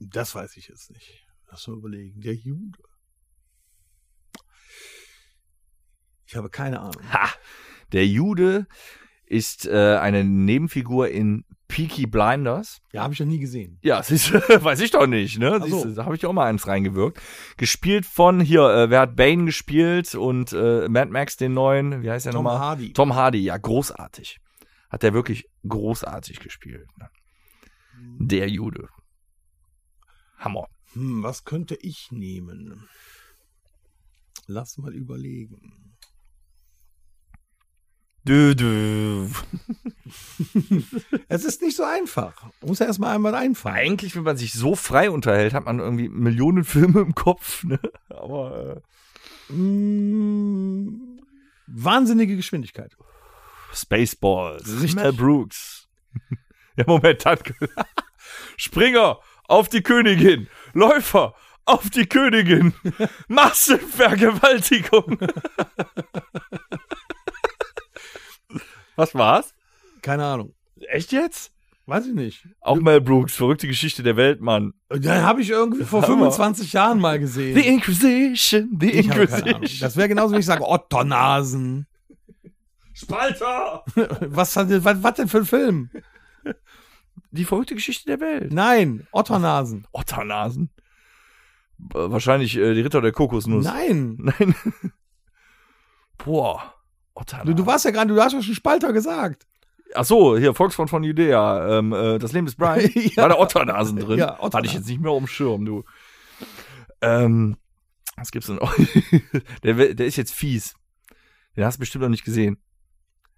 das weiß ich jetzt nicht. Lass mal überlegen. Der Jude.
Ich habe keine Ahnung.
Ha! Der Jude ist äh, eine Nebenfigur in Peaky Blinders.
Ja, habe ich ja nie gesehen.
Ja, siehst du, weiß ich doch nicht, ne?
Ach so.
Siehst du, da habe ich auch mal eins reingewirkt. Gespielt von hier, äh, wer hat Bane gespielt und äh, Mad Max den neuen, wie heißt der
Tom
nochmal?
Hardy.
Tom Hardy, ja, großartig. Hat der wirklich großartig gespielt. Ne?
Mhm.
Der Jude. Hammer.
Hm, was könnte ich nehmen? Lass mal überlegen.
Dö, dö.
Es ist nicht so einfach. Muss ja erstmal einmal einfallen.
Eigentlich, wenn man sich so frei unterhält, hat man irgendwie Millionen Filme im Kopf, ne? Aber
Mm, wahnsinnige Geschwindigkeit.
äh, Spaceballs,
Richtig.
Mel Brooks. ja, Moment, hat Springer auf die Königin, Läufer auf die Königin, Massenvergewaltigung. Was war's?
Keine Ahnung.
Echt jetzt?
Weiß ich nicht.
Auch Mel Brooks, verrückte Geschichte der Welt, Mann.
Den habe ich irgendwie vor
Hammer.
25 Jahren mal
The
gesehen.
Inquisition, The
Ich habe keine Ahnung.
Inquisition.
Das wäre genauso, wie ich sage, Ottonasen.
Spalter!
Was, hat- was, was denn für ein Film?
Die verrückte Geschichte der Welt.
Nein, Ottonasen.
Otternasen. B- Wahrscheinlich äh, die Ritter der Kokosnuss.
Nein.
Nein. Boah.
Du,
Otternasen.
du warst ja gerade, du hast ja schon Spalter gesagt.
Ach so, hier Volksfront von Judäa. Ähm, äh, das Leben des Brian.
Ja.
War da Otternasen drin?
Ja, Otternasen.
Hatte ich jetzt nicht mehr auf dem Schirm, du. Ähm, was gibt's denn noch? der, we- der ist jetzt fies. Den hast du bestimmt noch nicht gesehen.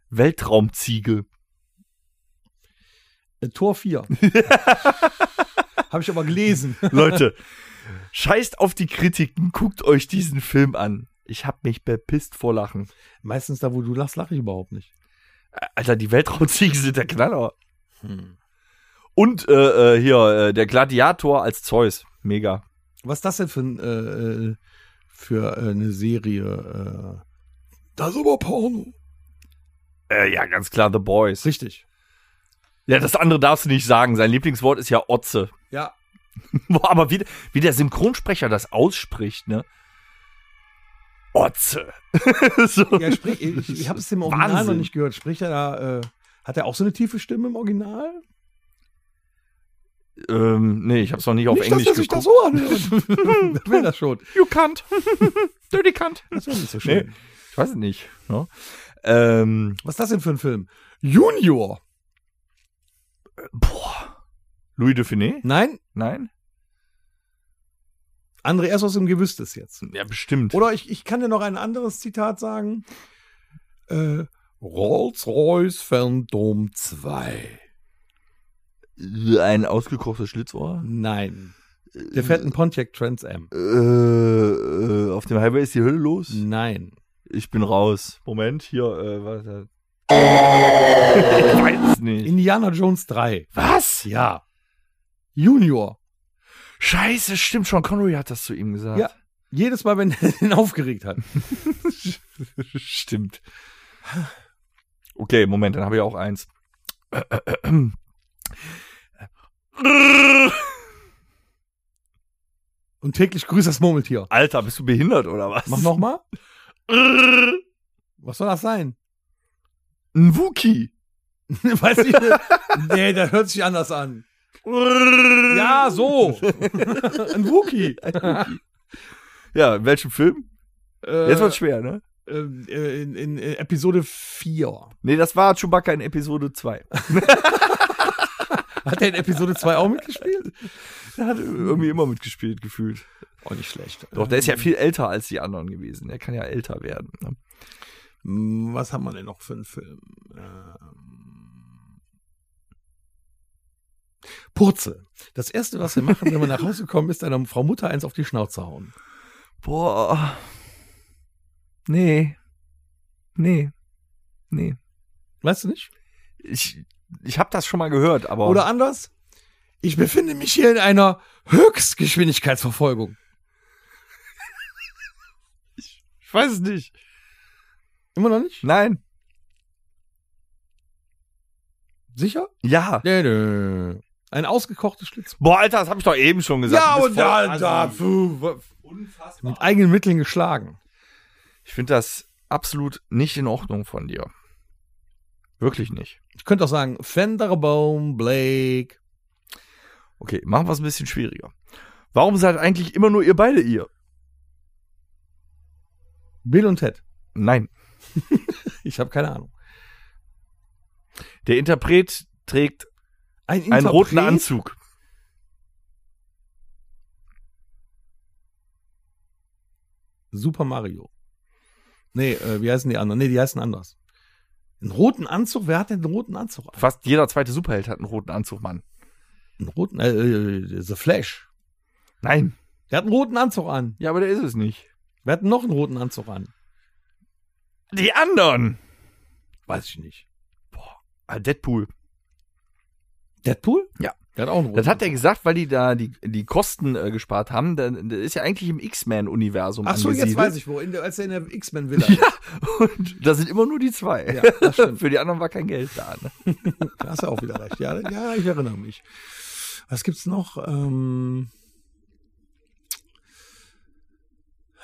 Weltraumziegel.
Äh, Tor 4. habe ich aber gelesen.
Leute, scheißt auf die Kritiken, guckt euch diesen Film an. Ich hab mich bepisst vor Lachen.
Meistens da, wo du lachst, lache ich überhaupt nicht.
Alter, die Weltraumziegen sind der Knaller.
Hm.
Und äh, äh, hier, äh, der Gladiator als Zeus. Mega.
Was ist das denn für, ein, äh, äh, für äh, eine Serie? Äh, das ist aber Porno.
Äh, ja, ganz klar, The Boys.
Richtig.
Ja, das andere darfst du nicht sagen. Sein Lieblingswort ist ja Otze.
Ja.
Boah, aber wie, wie der Synchronsprecher das ausspricht, ne? Otze. so.
Ja, sprich, ich, ich habe es im Original noch
Wahnsinn.
nicht gehört. Spricht er da, äh, hat er auch so eine tiefe Stimme im Original?
Ähm, nee, ich hab's noch nicht auf
nicht,
Englisch
dass er sich das
geguckt.
so anhört. Wer will das schon?
You can't. Dirty can't.
Das wäre nicht so schön.
Nee, ich weiß es nicht. Ne? Ähm,
Was ist das denn für ein Film? Junior.
boah. Louis de Funès?
Nein,
Nein?
André erst aus dem Gewüsstes jetzt.
Ja, bestimmt.
Oder ich, ich kann dir noch ein anderes Zitat sagen. Äh, Rolls-Royce Phantom 2.
ein ausgekochtes Schlitzohr?
Nein. Der fährt einen Pontiac Trans Am.
Äh, äh, auf dem Highway ist die Hölle los?
Nein.
Ich bin raus. Moment, hier, äh, warte. ich weiß es nicht.
Indiana Jones 3.
Was?
Ja. Junior.
Scheiße, stimmt schon. Connery hat das zu ihm gesagt.
Ja. Jedes Mal, wenn er ihn aufgeregt hat.
Stimmt. Okay, Moment, dann habe ich auch eins.
Und täglich grüßt das Murmeltier.
Alter, bist du behindert oder was?
Mach nochmal. Was soll das sein?
Ein Wookie.
Weiß ich nicht. Nee, der hört sich anders an. Ja, so. Ein Wookie.
Ja, in welchem Film?
Äh,
Jetzt wird's schwer, ne?
ähm, äh, in, in äh, Episode 4.
Nee, das war Chewbacca in Episode 2.
Hat er in Episode 2 auch mitgespielt?
Der hat irgendwie immer mitgespielt, gefühlt.
Auch nicht schlecht.
Doch, der ist ja viel älter als die anderen gewesen. Der kann ja älter werden. Ne?
Hm, Was haben wir denn noch für einen Film? Ähm, Purzel. Das erste, was wir machen, wenn wir nach Hause kommen, ist einer Frau Mutter eins auf die Schnauze hauen.
Boah. Nee. Nee. Nee.
Weißt du nicht?
Ich, ich habe das schon mal gehört, aber.
Oder anders? Ich befinde mich hier in einer Höchstgeschwindigkeitsverfolgung.
ich weiß es nicht.
Immer noch nicht?
Nein.
Sicher?
Ja.
Nee, nee. Ein ausgekochtes Schlitz.
Boah, Alter, das habe ich doch eben schon gesagt. Du bist voll assi.
Mit eigenen Mitteln geschlagen.
Ich finde das absolut nicht in Ordnung von dir. Wirklich nicht.
Ich könnte auch sagen, Fenderbaum, Blake.
Okay, machen wir es ein bisschen schwieriger. Warum seid eigentlich immer nur ihr beide ihr?
Bill und Ted.
Nein.
Ich habe keine Ahnung.
Der Interpret trägt
Ein
einen roten
Interpret?
Anzug.
Super Mario. Nee, äh, wie heißen die anderen? Nee, die heißen anders. Einen roten Anzug? Wer hat denn einen roten Anzug? an?
Fast jeder zweite Superheld hat einen roten Anzug, Mann.
Einen roten, äh, äh, The Flash.
Nein.
Der hat einen roten Anzug an.
Ja, aber der ist es nicht.
Wer hat denn noch einen roten Anzug an?
Die anderen.
Weiß ich nicht.
Ah, Deadpool.
Deadpool?
Ja.
Der hat auch einen roten
Das hat er gesagt, weil die da die, die Kosten äh, gespart haben. Der, der ist ja eigentlich im X-Men-Universum.
Ach so, jetzt weiß ich wo. In der, als er in der X-Men-Villa ist.
Und da sind immer nur die zwei.
Ja, das stimmt.
Für die anderen war kein Geld da. Ne?
Da hast du auch wieder recht. Ja, ja, ich erinnere mich. Was gibt's noch? Ähm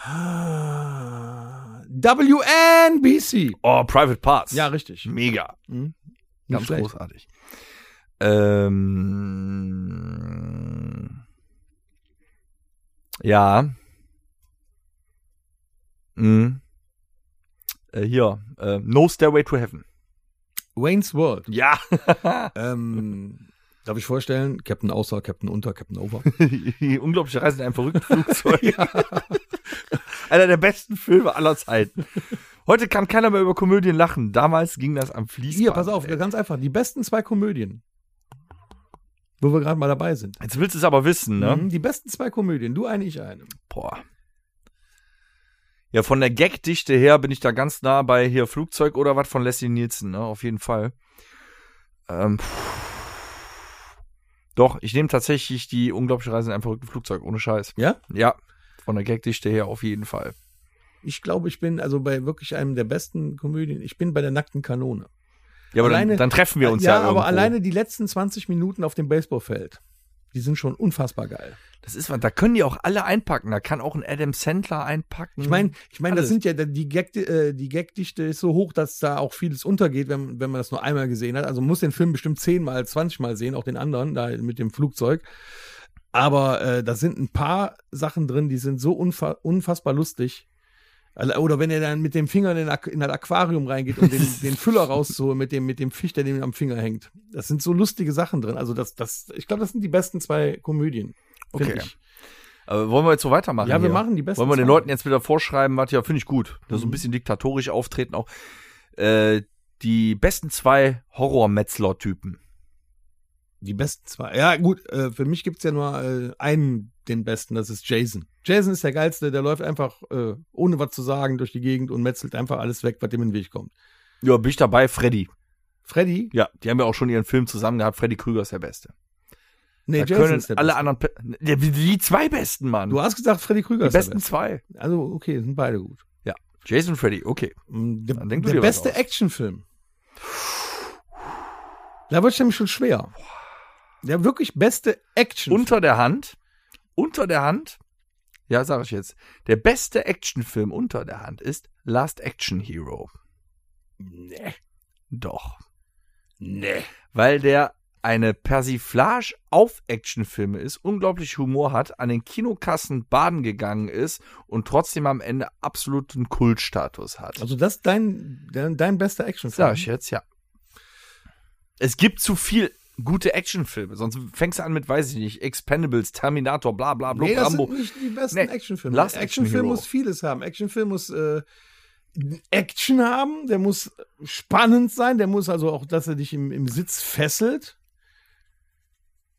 Ah, WNBC.
Oh, Private Parts.
Ja, richtig.
Mega.
Mhm. Nicht
Ganz
schlecht.
großartig. Ähm, ja. Mhm. Äh, hier. Äh, no Stairway to Heaven.
Wayne's World.
Ja.
Ähm, darf ich vorstellen? Captain Außer, Captain Unter, Captain Over.
Unglaubliche Reise in einem verrückten Flugzeug. Einer der besten Filme aller Zeiten. Heute kann keiner mehr über Komödien lachen. Damals ging das am Fließband.
Hier, pass auf,
ey.
ganz einfach. Die besten zwei Komödien. Wo wir gerade mal dabei sind.
Jetzt willst du es aber wissen, ne?
Mhm, Die besten zwei Komödien. Du eine, ich eine.
Boah. Ja, von der Gagdichte her bin ich da ganz nah bei hier Flugzeug oder was von Leslie Nielsen, ne? Auf jeden Fall. Ähm, pff. doch, ich nehme tatsächlich die unglaubliche Reise in einem verrückten Flugzeug, ohne Scheiß.
Ja?
Ja, von der Gagdichte her auf jeden Fall.
Ich glaube, ich bin also bei wirklich einem der besten Komödien. Ich bin bei der nackten Kanone.
Ja, aber
Alleine-
dann, dann treffen wir uns ja,
ja, aber
irgendwo.
alleine die letzten 20 Minuten auf dem Baseballfeld, die sind schon unfassbar geil.
Das ist was, da können die auch alle einpacken. Da kann auch ein Adam Sandler einpacken.
Ich meine, ich meine, das
Mhm. Alles.
sind ja die Gag, äh, die Gagdichte ist so hoch, dass da auch vieles untergeht, wenn, wenn man das nur einmal gesehen hat. Also man muss den Film bestimmt zehnmal, zwanzigmal sehen, auch den anderen da mit dem Flugzeug. Aber äh, da sind ein paar Sachen drin, die sind so unfa unfassbar lustig. Alle- Oder wenn er dann mit dem Finger in, den Aqu- in das Aquarium reingeht, um den, den Füller rauszuholen mit dem, mit dem Fisch, der dem am Finger hängt. Das sind so lustige Sachen drin. Also das, das, ich glaube, das sind die besten zwei Komödien. find
Okay.
Ich.
aber wollen wir jetzt so weitermachen?
Ja, wir
hier?
machen die besten
Wollen wir den
zwei.
Leuten jetzt wieder vorschreiben, was ja, finde ich gut. Da
Mhm.
so ein bisschen diktatorisch auftreten auch. Äh, die besten zwei Horror-Metzler-Typen.
Die besten zwei. Ja, gut, äh, für mich gibt's ja nur äh, einen, den besten, das ist Jason. Jason ist der geilste, der läuft einfach, äh, ohne was zu sagen, durch die Gegend und metzelt einfach alles weg, was dem in den Weg kommt.
Ja, bin ich dabei, Freddy.
Freddy?
Ja, die haben ja auch schon ihren Film zusammen gehabt. Freddy Krüger ist der Beste.
Nee,
da können
ist der
alle
Beste.
anderen. Pe Ja, die, die zwei Besten, Mann.
Du hast gesagt, Freddy Krüger
die
ist der
besten zwei.
Beste. Also, okay, sind beide gut.
Jason Freddy, okay.
Mm, Der,
Dann denk du
der
dir was
beste
aus.
Actionfilm. Da wird's nämlich schon schwer. Der wirklich beste Action.
Unter der Hand. Unter der Hand. Ja, sag ich jetzt. Der beste Actionfilm unter der Hand ist Last Action Hero.
Nee.
Doch.
Nee.
Weil der eine Persiflage auf Actionfilme ist, unglaublich Humor hat, an den Kinokassen baden gegangen ist und trotzdem am Ende absoluten Kultstatus hat.
Also, das ist dein, dein, dein bester Actionfilm.
Sag ich jetzt, ja. Es gibt zu viel gute Actionfilme, sonst fängst du an mit, weiß ich nicht, Expendables, Terminator, bla bla bla,
Nee, das
Rambo.
sind nicht die besten
Nee,
Actionfilme.
Last Action
Actionfilm
Hero.
muss vieles haben. Actionfilm muss äh, Action haben, der muss spannend sein, der muss also auch, dass er dich im, im Sitz fesselt.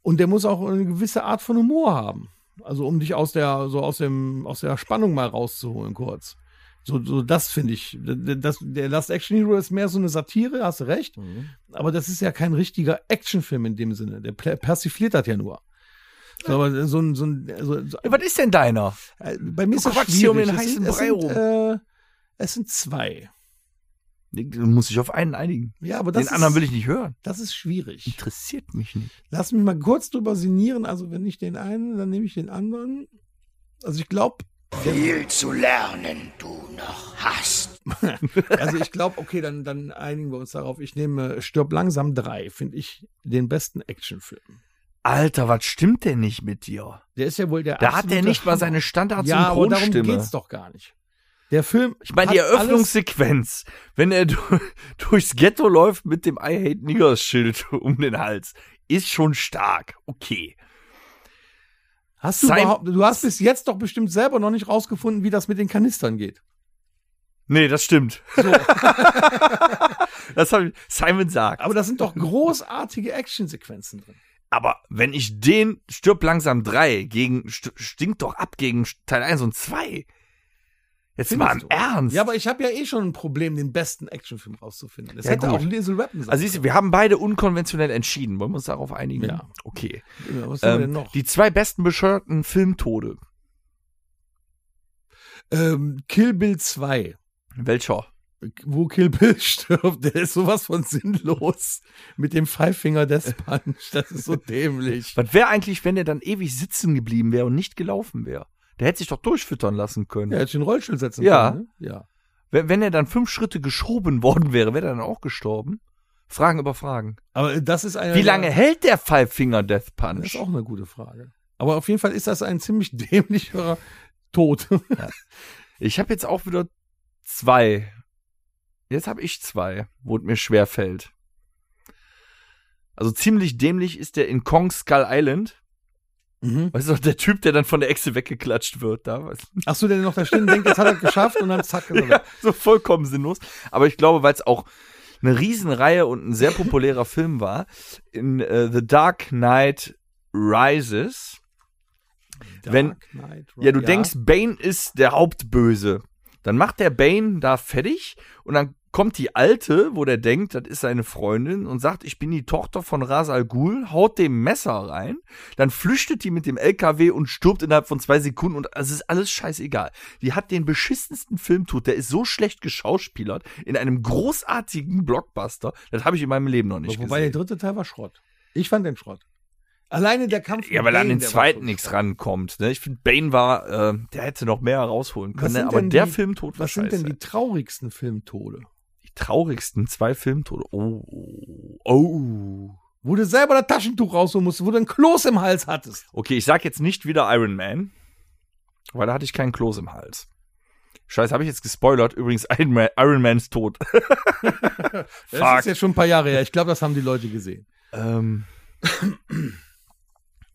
Und der muss auch eine gewisse Art von Humor haben. Also um dich aus der, so aus dem, aus der Spannung mal rauszuholen, kurz. So, so das finde ich. D- d- Das, der Last Action Hero ist mehr so eine Satire, hast du recht.
Mhm.
Aber das ist ja kein richtiger Actionfilm in dem Sinne. Der pla- persifliert das ja nur. So, aber so ein, so ein, so, so,
Ja, Was ist denn deiner?
äh, bei mir ist das
quackst
schwierig.
hier um den
Es
heißen
sind- es
Brei
sind,
rum.
Äh, es sind zwei.
Du musst dich auf einen einigen.
Ja, aber das,
Den anderen
ist,
will ich nicht hören.
das ist schwierig.
Interessiert mich nicht.
Lass mich mal kurz drüber sinnieren. Also, wenn ich den einen, dann nehme ich den anderen. Also, ich glaube,
Viel zu lernen du noch hast.
also ich glaube, okay, dann, dann einigen wir uns darauf. Ich nehme Stirb langsam drei. finde ich den besten Actionfilm.
Alter, was stimmt denn nicht mit dir?
Der ist ja wohl der
Da hat der
absolute
nicht mal seine
Hammer. Ja, aber darum
Standard-Synchronstimme.
geht's doch gar nicht. Der Film.
ich meine, die
hat alles-
Eröffnungssequenz, wenn er du- durchs Ghetto läuft mit dem I Hate Niggers Schild um den Hals, ist schon stark. Okay.
Hast du,
sein-
überhaupt, du hast bis jetzt doch bestimmt selber noch nicht rausgefunden, wie das mit den Kanistern geht.
Nee, das stimmt. das hab ich, Simon sagt.
Aber das sind doch großartige Actionsequenzen drin.
Aber wenn ich den stirb langsam 3 gegen st stinkt doch ab gegen Teil 1 und 2. Jetzt mal im
Findest du?
Ernst.
Ja, aber ich habe ja eh schon ein Problem, den besten Actionfilm rauszufinden. Das
Ja,
hätte
gut.
auch Liesel Rappen sein
also siehst du, wir haben beide unkonventionell entschieden. Wollen wir uns darauf einigen?
Ja.
Okay.
können. Ja, Was haben wir denn
Ähm,
noch?
die zwei besten bescheuerten Filmtode.
ähm, Kill Bill 2,
Welcher?
wo Kill Bill stirbt, der ist sowas von sinnlos. Mit dem Five Finger Death Punch, das ist so dämlich.
Was wäre eigentlich, wenn der dann ewig sitzen geblieben wäre und nicht gelaufen wäre? Der hätte sich doch durchfüttern lassen können.
Ja, hätte ich den Rollstuhl setzen
Ja.
können. Ne? Ja.
Wenn, wenn er dann fünf Schritte geschoben worden wäre, wäre er dann auch gestorben? Fragen über Fragen.
Aber das ist eine.
Wie lange hält der Five Finger Death
Das ist
Punch?
auch eine gute Frage. Aber auf jeden Fall ist das ein ziemlich dämlicher Tod.
Ich habe jetzt auch wieder zwei. Jetzt habe ich zwei, wo es mir schwer fällt. Also ziemlich dämlich ist der in Kong Skull Island.
Mhm.
Weißt du, der Typ, der dann von der Echse weggeklatscht wird. Da, weißt du?
Ach so, der noch da steht und denkt, jetzt hat er es geschafft und dann zack. Ist er weg.
ja, so vollkommen sinnlos. Aber ich glaube, weil es auch eine Riesenreihe und ein sehr populärer Film war, in äh, The Dark Knight Rises. Wenn-
Knight,
Ja, du denkst, Bane ist der Hauptböse. Dann macht der Bane da fertig und dann kommt die Alte, wo der denkt, das ist seine Freundin, und sagt, ich bin die Tochter von Ras Al Ghul, haut dem Messer rein, dann flüchtet die mit dem LKW und stirbt innerhalb von zwei Sekunden und es ist alles scheißegal. Die hat den beschissensten Film tut, der ist so schlecht geschauspielert in einem großartigen Blockbuster, das habe ich in meinem Leben noch nicht
Wobei der
gesehen.
dritte Teil war Schrott. Ich fand den Schrott. Alleine der Kampf.
Ja,
mit
weil an
Bane,
den
der war
zweiten
schon
nichts
Schrott.
rankommt. Ne? Ich finde, Bane war, äh, der hätte noch mehr rausholen
Was
können, ne?
sind
aber
denn
der
die-
Filmtod war
Was sind denn
scheiße.
die traurigsten Filmtode?
die traurigsten zwei Filmtode. Oh. Oh.
Wo du selber das Taschentuch rausholen musst, wo du ein Kloß im Hals hattest.
Okay, ich sag jetzt nicht wieder Iron Man, weil da hatte ich keinen Kloß im Hals. Scheiße, habe ich jetzt gespoilert. Übrigens, Iron, Man, Iron Man ist tot.
Das
Fuck.
ist jetzt schon ein paar Jahre her. Ich glaube, das haben die Leute gesehen.
Ähm,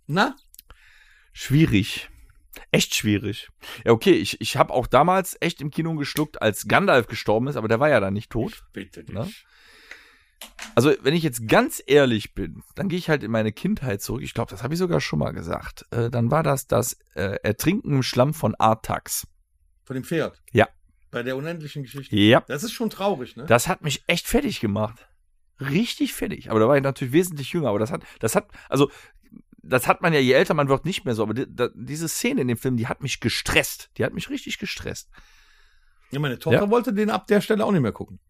Na?
schwierig. Echt schwierig. Ja, okay, ich, ich habe auch damals echt im Kino geschluckt, als Gandalf gestorben ist, aber der war ja dann nicht tot.
Bitte
Ne? Also, wenn ich jetzt ganz ehrlich bin, dann gehe ich halt in meine Kindheit zurück. Ich glaube, das habe ich sogar schon mal gesagt. Äh, dann war das das äh, Ertrinken im Schlamm von Artax.
Von dem Pferd.
Ja.
Bei der unendlichen Geschichte.
Ja.
Das ist schon traurig, ne?
Das hat mich echt fertig gemacht. Richtig fertig. Aber da war ich natürlich wesentlich jünger. Aber das hat, das hat, also, das hat man ja, je älter man wird, nicht mehr so. Aber di, da, diese Szene in dem Film, die hat mich gestresst. Die hat mich richtig gestresst.
ja, meine Tochter
Ja.
wollte den ab der Stelle auch nicht mehr gucken.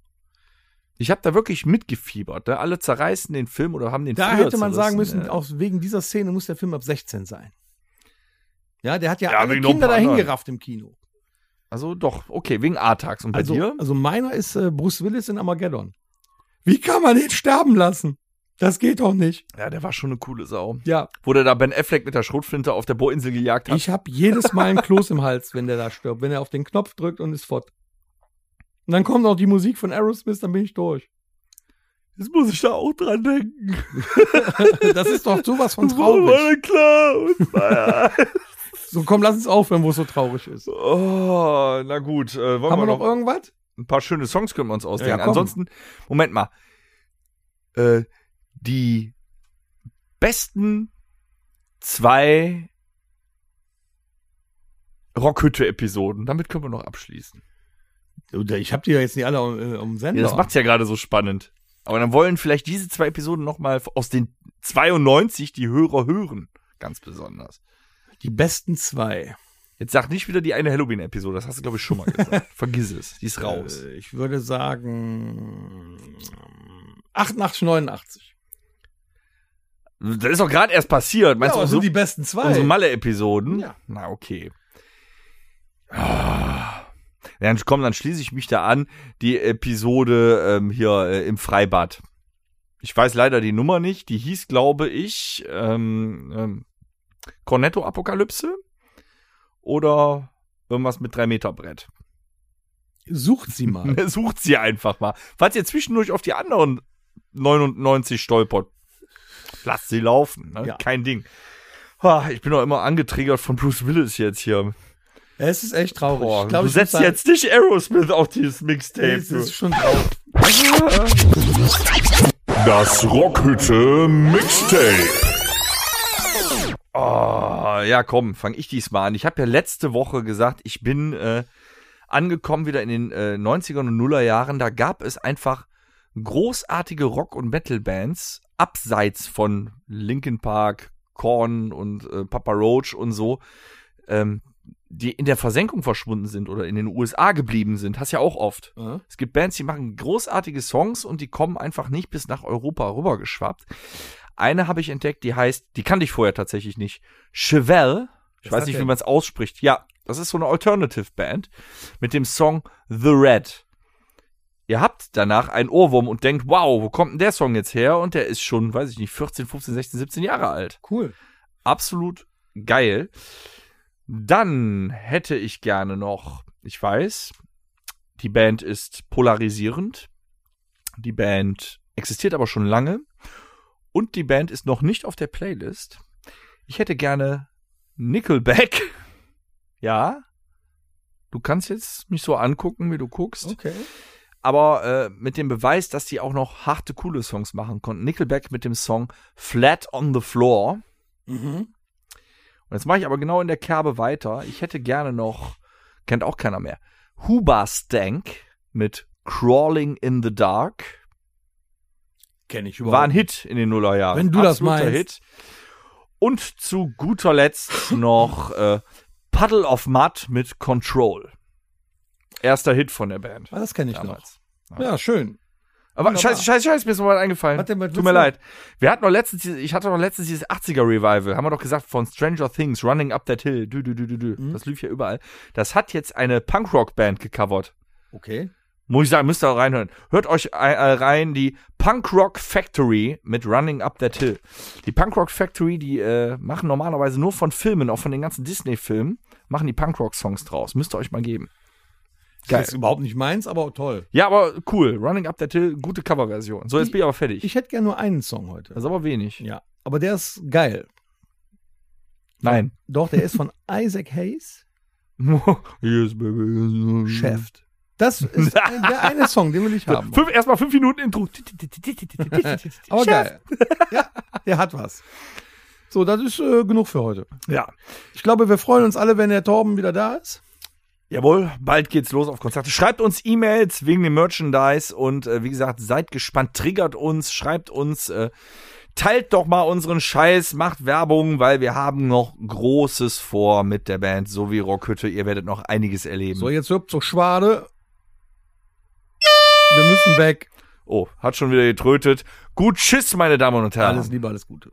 Ich habe da wirklich mitgefiebert. Ne? Alle zerreißen den Film oder haben den
Da
früher
hätte man sagen
zerrissen, äh,
müssen,
ja.
auch wegen dieser Szene muss der Film ab 16 sein. Ja, der hat ja,
Ja,
alle
wegen noch ein
Kinder
paar
dahin
anderen.
gerafft im Kino.
Also doch, okay, wegen Artax. Und bei
Also,
dir?
also meiner ist äh, Bruce Willis in Armageddon. Wie kann man den sterben lassen? Das geht doch nicht.
Ja, der war schon eine coole Sau.
Ja,
Wo der da Ben Affleck mit der Schrotflinte auf der Bohrinsel gejagt hat.
ich habe jedes Mal einen Kloß im Hals, wenn der da stirbt. Wenn er auf den Knopf drückt und ist fort. Und dann kommt noch die Musik von Aerosmith, dann bin ich durch.
jetzt muss ich da auch dran denken.
Das ist doch sowas von traurig.
Traurig. Klar.
So, komm, lass uns aufhören, wo es so traurig ist.
oh, na gut. Äh, wollen
Haben
wir
wir noch
noch
irgendwas?
ein paar schöne Songs können wir uns ausdenken.
Ja, komm.
Ansonsten, Moment mal. Äh, die besten zwei Rockhütte-Episoden. Damit können wir noch abschließen.
Ich habe die ja jetzt nicht alle um, äh, um Sender.
Ja, das macht's ja gerade so spannend. Aber dann wollen vielleicht diese zwei Episoden nochmal aus den 92 die Hörer hören. Ganz besonders.
die besten zwei.
Jetzt sag nicht wieder die eine Halloween-Episode. Das hast du, glaube ich, schon mal gesagt. Vergiss es. Die ist raus.
Äh, ich würde ähm, sagen 88, 89.
Das ist doch gerade erst passiert. Meinst
ja,
du,
das sind
unsere,
die besten zwei.
unsere Malle-Episoden?
Ja.
Na, okay. Ah. Ja, dann komm, dann schließe ich mich da an. Die Episode ähm, hier äh, im Freibad. Ich weiß leider die Nummer nicht. Die hieß, glaube ich, ähm, ähm, Cornetto-Apokalypse oder irgendwas mit 3-Meter-Brett.
Sucht sie mal.
Sucht sie einfach mal. Falls ihr zwischendurch auf die anderen 99 stolpert, lasst sie laufen. Ne?
Ja.
Kein Ding. Ah, Ich bin doch immer angetriggert von Bruce Willis jetzt hier.
es ist echt traurig.
Boah,
Oh, Ich glaub,
du
ich muss
setzt
sagen,
jetzt nicht Aerosmith auf dieses Mixtape.
Es ist schon traurig.
Das Rockhütte Mixtape.
Ah, ja, komm, fang ich diesmal an. Ich habe ja letzte Woche gesagt, ich bin äh, angekommen wieder in den äh, 90ern und Nuller Jahren. Da gab es einfach großartige Rock- und Metal-Bands, abseits von Linkin Park, Korn und äh, Papa Roach und so, ähm, die in der Versenkung verschwunden sind oder in den USA geblieben sind. Hast ja auch oft.
Ja.
Es gibt Bands, die machen großartige Songs und die kommen einfach nicht bis nach Europa rübergeschwappt. Eine habe ich entdeckt, die heißt, die kannte ich vorher tatsächlich nicht. Chevelle. Ich
Was
weiß
hat
nicht, wie
der?
man es ausspricht. Ja, das ist so eine Alternative Band mit dem Song The Red. Ihr habt danach einen Ohrwurm und denkt, wow, wo kommt denn der Song jetzt her? Und der ist schon, weiß ich nicht, 14, 15, 16, 17 Jahre alt.
Cool.
Absolut geil. Dann hätte ich gerne noch, ich weiß, die Band ist polarisierend. Die Band existiert aber schon lange. Und die Band ist noch nicht auf der Playlist. Ich hätte gerne Nickelback. Ja. Du kannst jetzt mich so angucken, wie du guckst
Okay.
aber äh, mit dem Beweis, dass die auch noch harte, coole Songs machen konnten. Nickelback mit dem Song Flat on the Floor.
Mhm.
Und jetzt mache ich aber genau in der Kerbe weiter. Ich hätte gerne noch, kennt auch keiner mehr, Huba Stank mit Crawling in the Dark.
Kenne ich
War ein Hit in den Nullerjahren.
Wenn du das meinst.
Hit. Und zu guter Letzt noch äh, Puddle of Mud mit Control. Erster Hit von der Band.
Ah, das kenne ich
damals.
noch. Ja, schön.
Aber
Wunderbar.
scheiße, scheiße, scheiße, mir ist noch mal eingefallen.
Was denn, was
Tut
willst
mir
du?
leid. Wir hatten noch letztens, diese- ich hatte noch letztens dieses 80er Revival, haben wir doch gesagt, von Stranger Things, Running Up That Hill, dü, dü, dü, dü, dü.
Mhm.
das lief ja überall. Das hat jetzt eine Punkrock-Band gecovert.
Okay.
Muss ich sagen, müsst ihr auch reinhören. Hört euch ein- äh, rein die Punk Rock Factory mit Running Up That Hill. Die Punk Rock Factory, die äh, machen normalerweise nur von Filmen, auch von den ganzen Disney-Filmen, machen die Punk Rock Songs draus. Müsst ihr euch mal geben. Geil.
Das ist überhaupt nicht meins, aber toll.
Ja, aber cool. Running Up That Hill, gute Coverversion. So, jetzt
Ich-
bin ich Also- aber fertig.
Ich hätte gerne nur einen Song heute.
das ist aber wenig.
ja. Aber der ist geil.
Nein.
Doch, der ist von Isaac Hayes,
yes, baby. yes, baby.
Chef. Das ist ein, der eine Song, den will ich haben.
Fünf, erstmal fünf Minuten Intro.
Aber geil. Ja, der hat was. So, das ist äh, genug für heute.
Ja.
Ich glaube, wir freuen uns alle, wenn der Torben wieder da ist.
Jawohl, bald geht's los auf Konzerte. Schreibt uns E-Mails wegen dem Merchandise und äh, wie gesagt, seid gespannt, triggert uns, schreibt uns, äh, teilt doch mal unseren Scheiß, macht Werbung, weil wir haben noch Großes vor mit der Band, so wie Rockhütte. Ihr werdet noch einiges erleben.
So, jetzt hüpft zur Schwade. Wir müssen weg.
oh, hat schon wieder getrötet. Gut, tschüss, meine Damen und Herren.
Alles Liebe, alles Gute.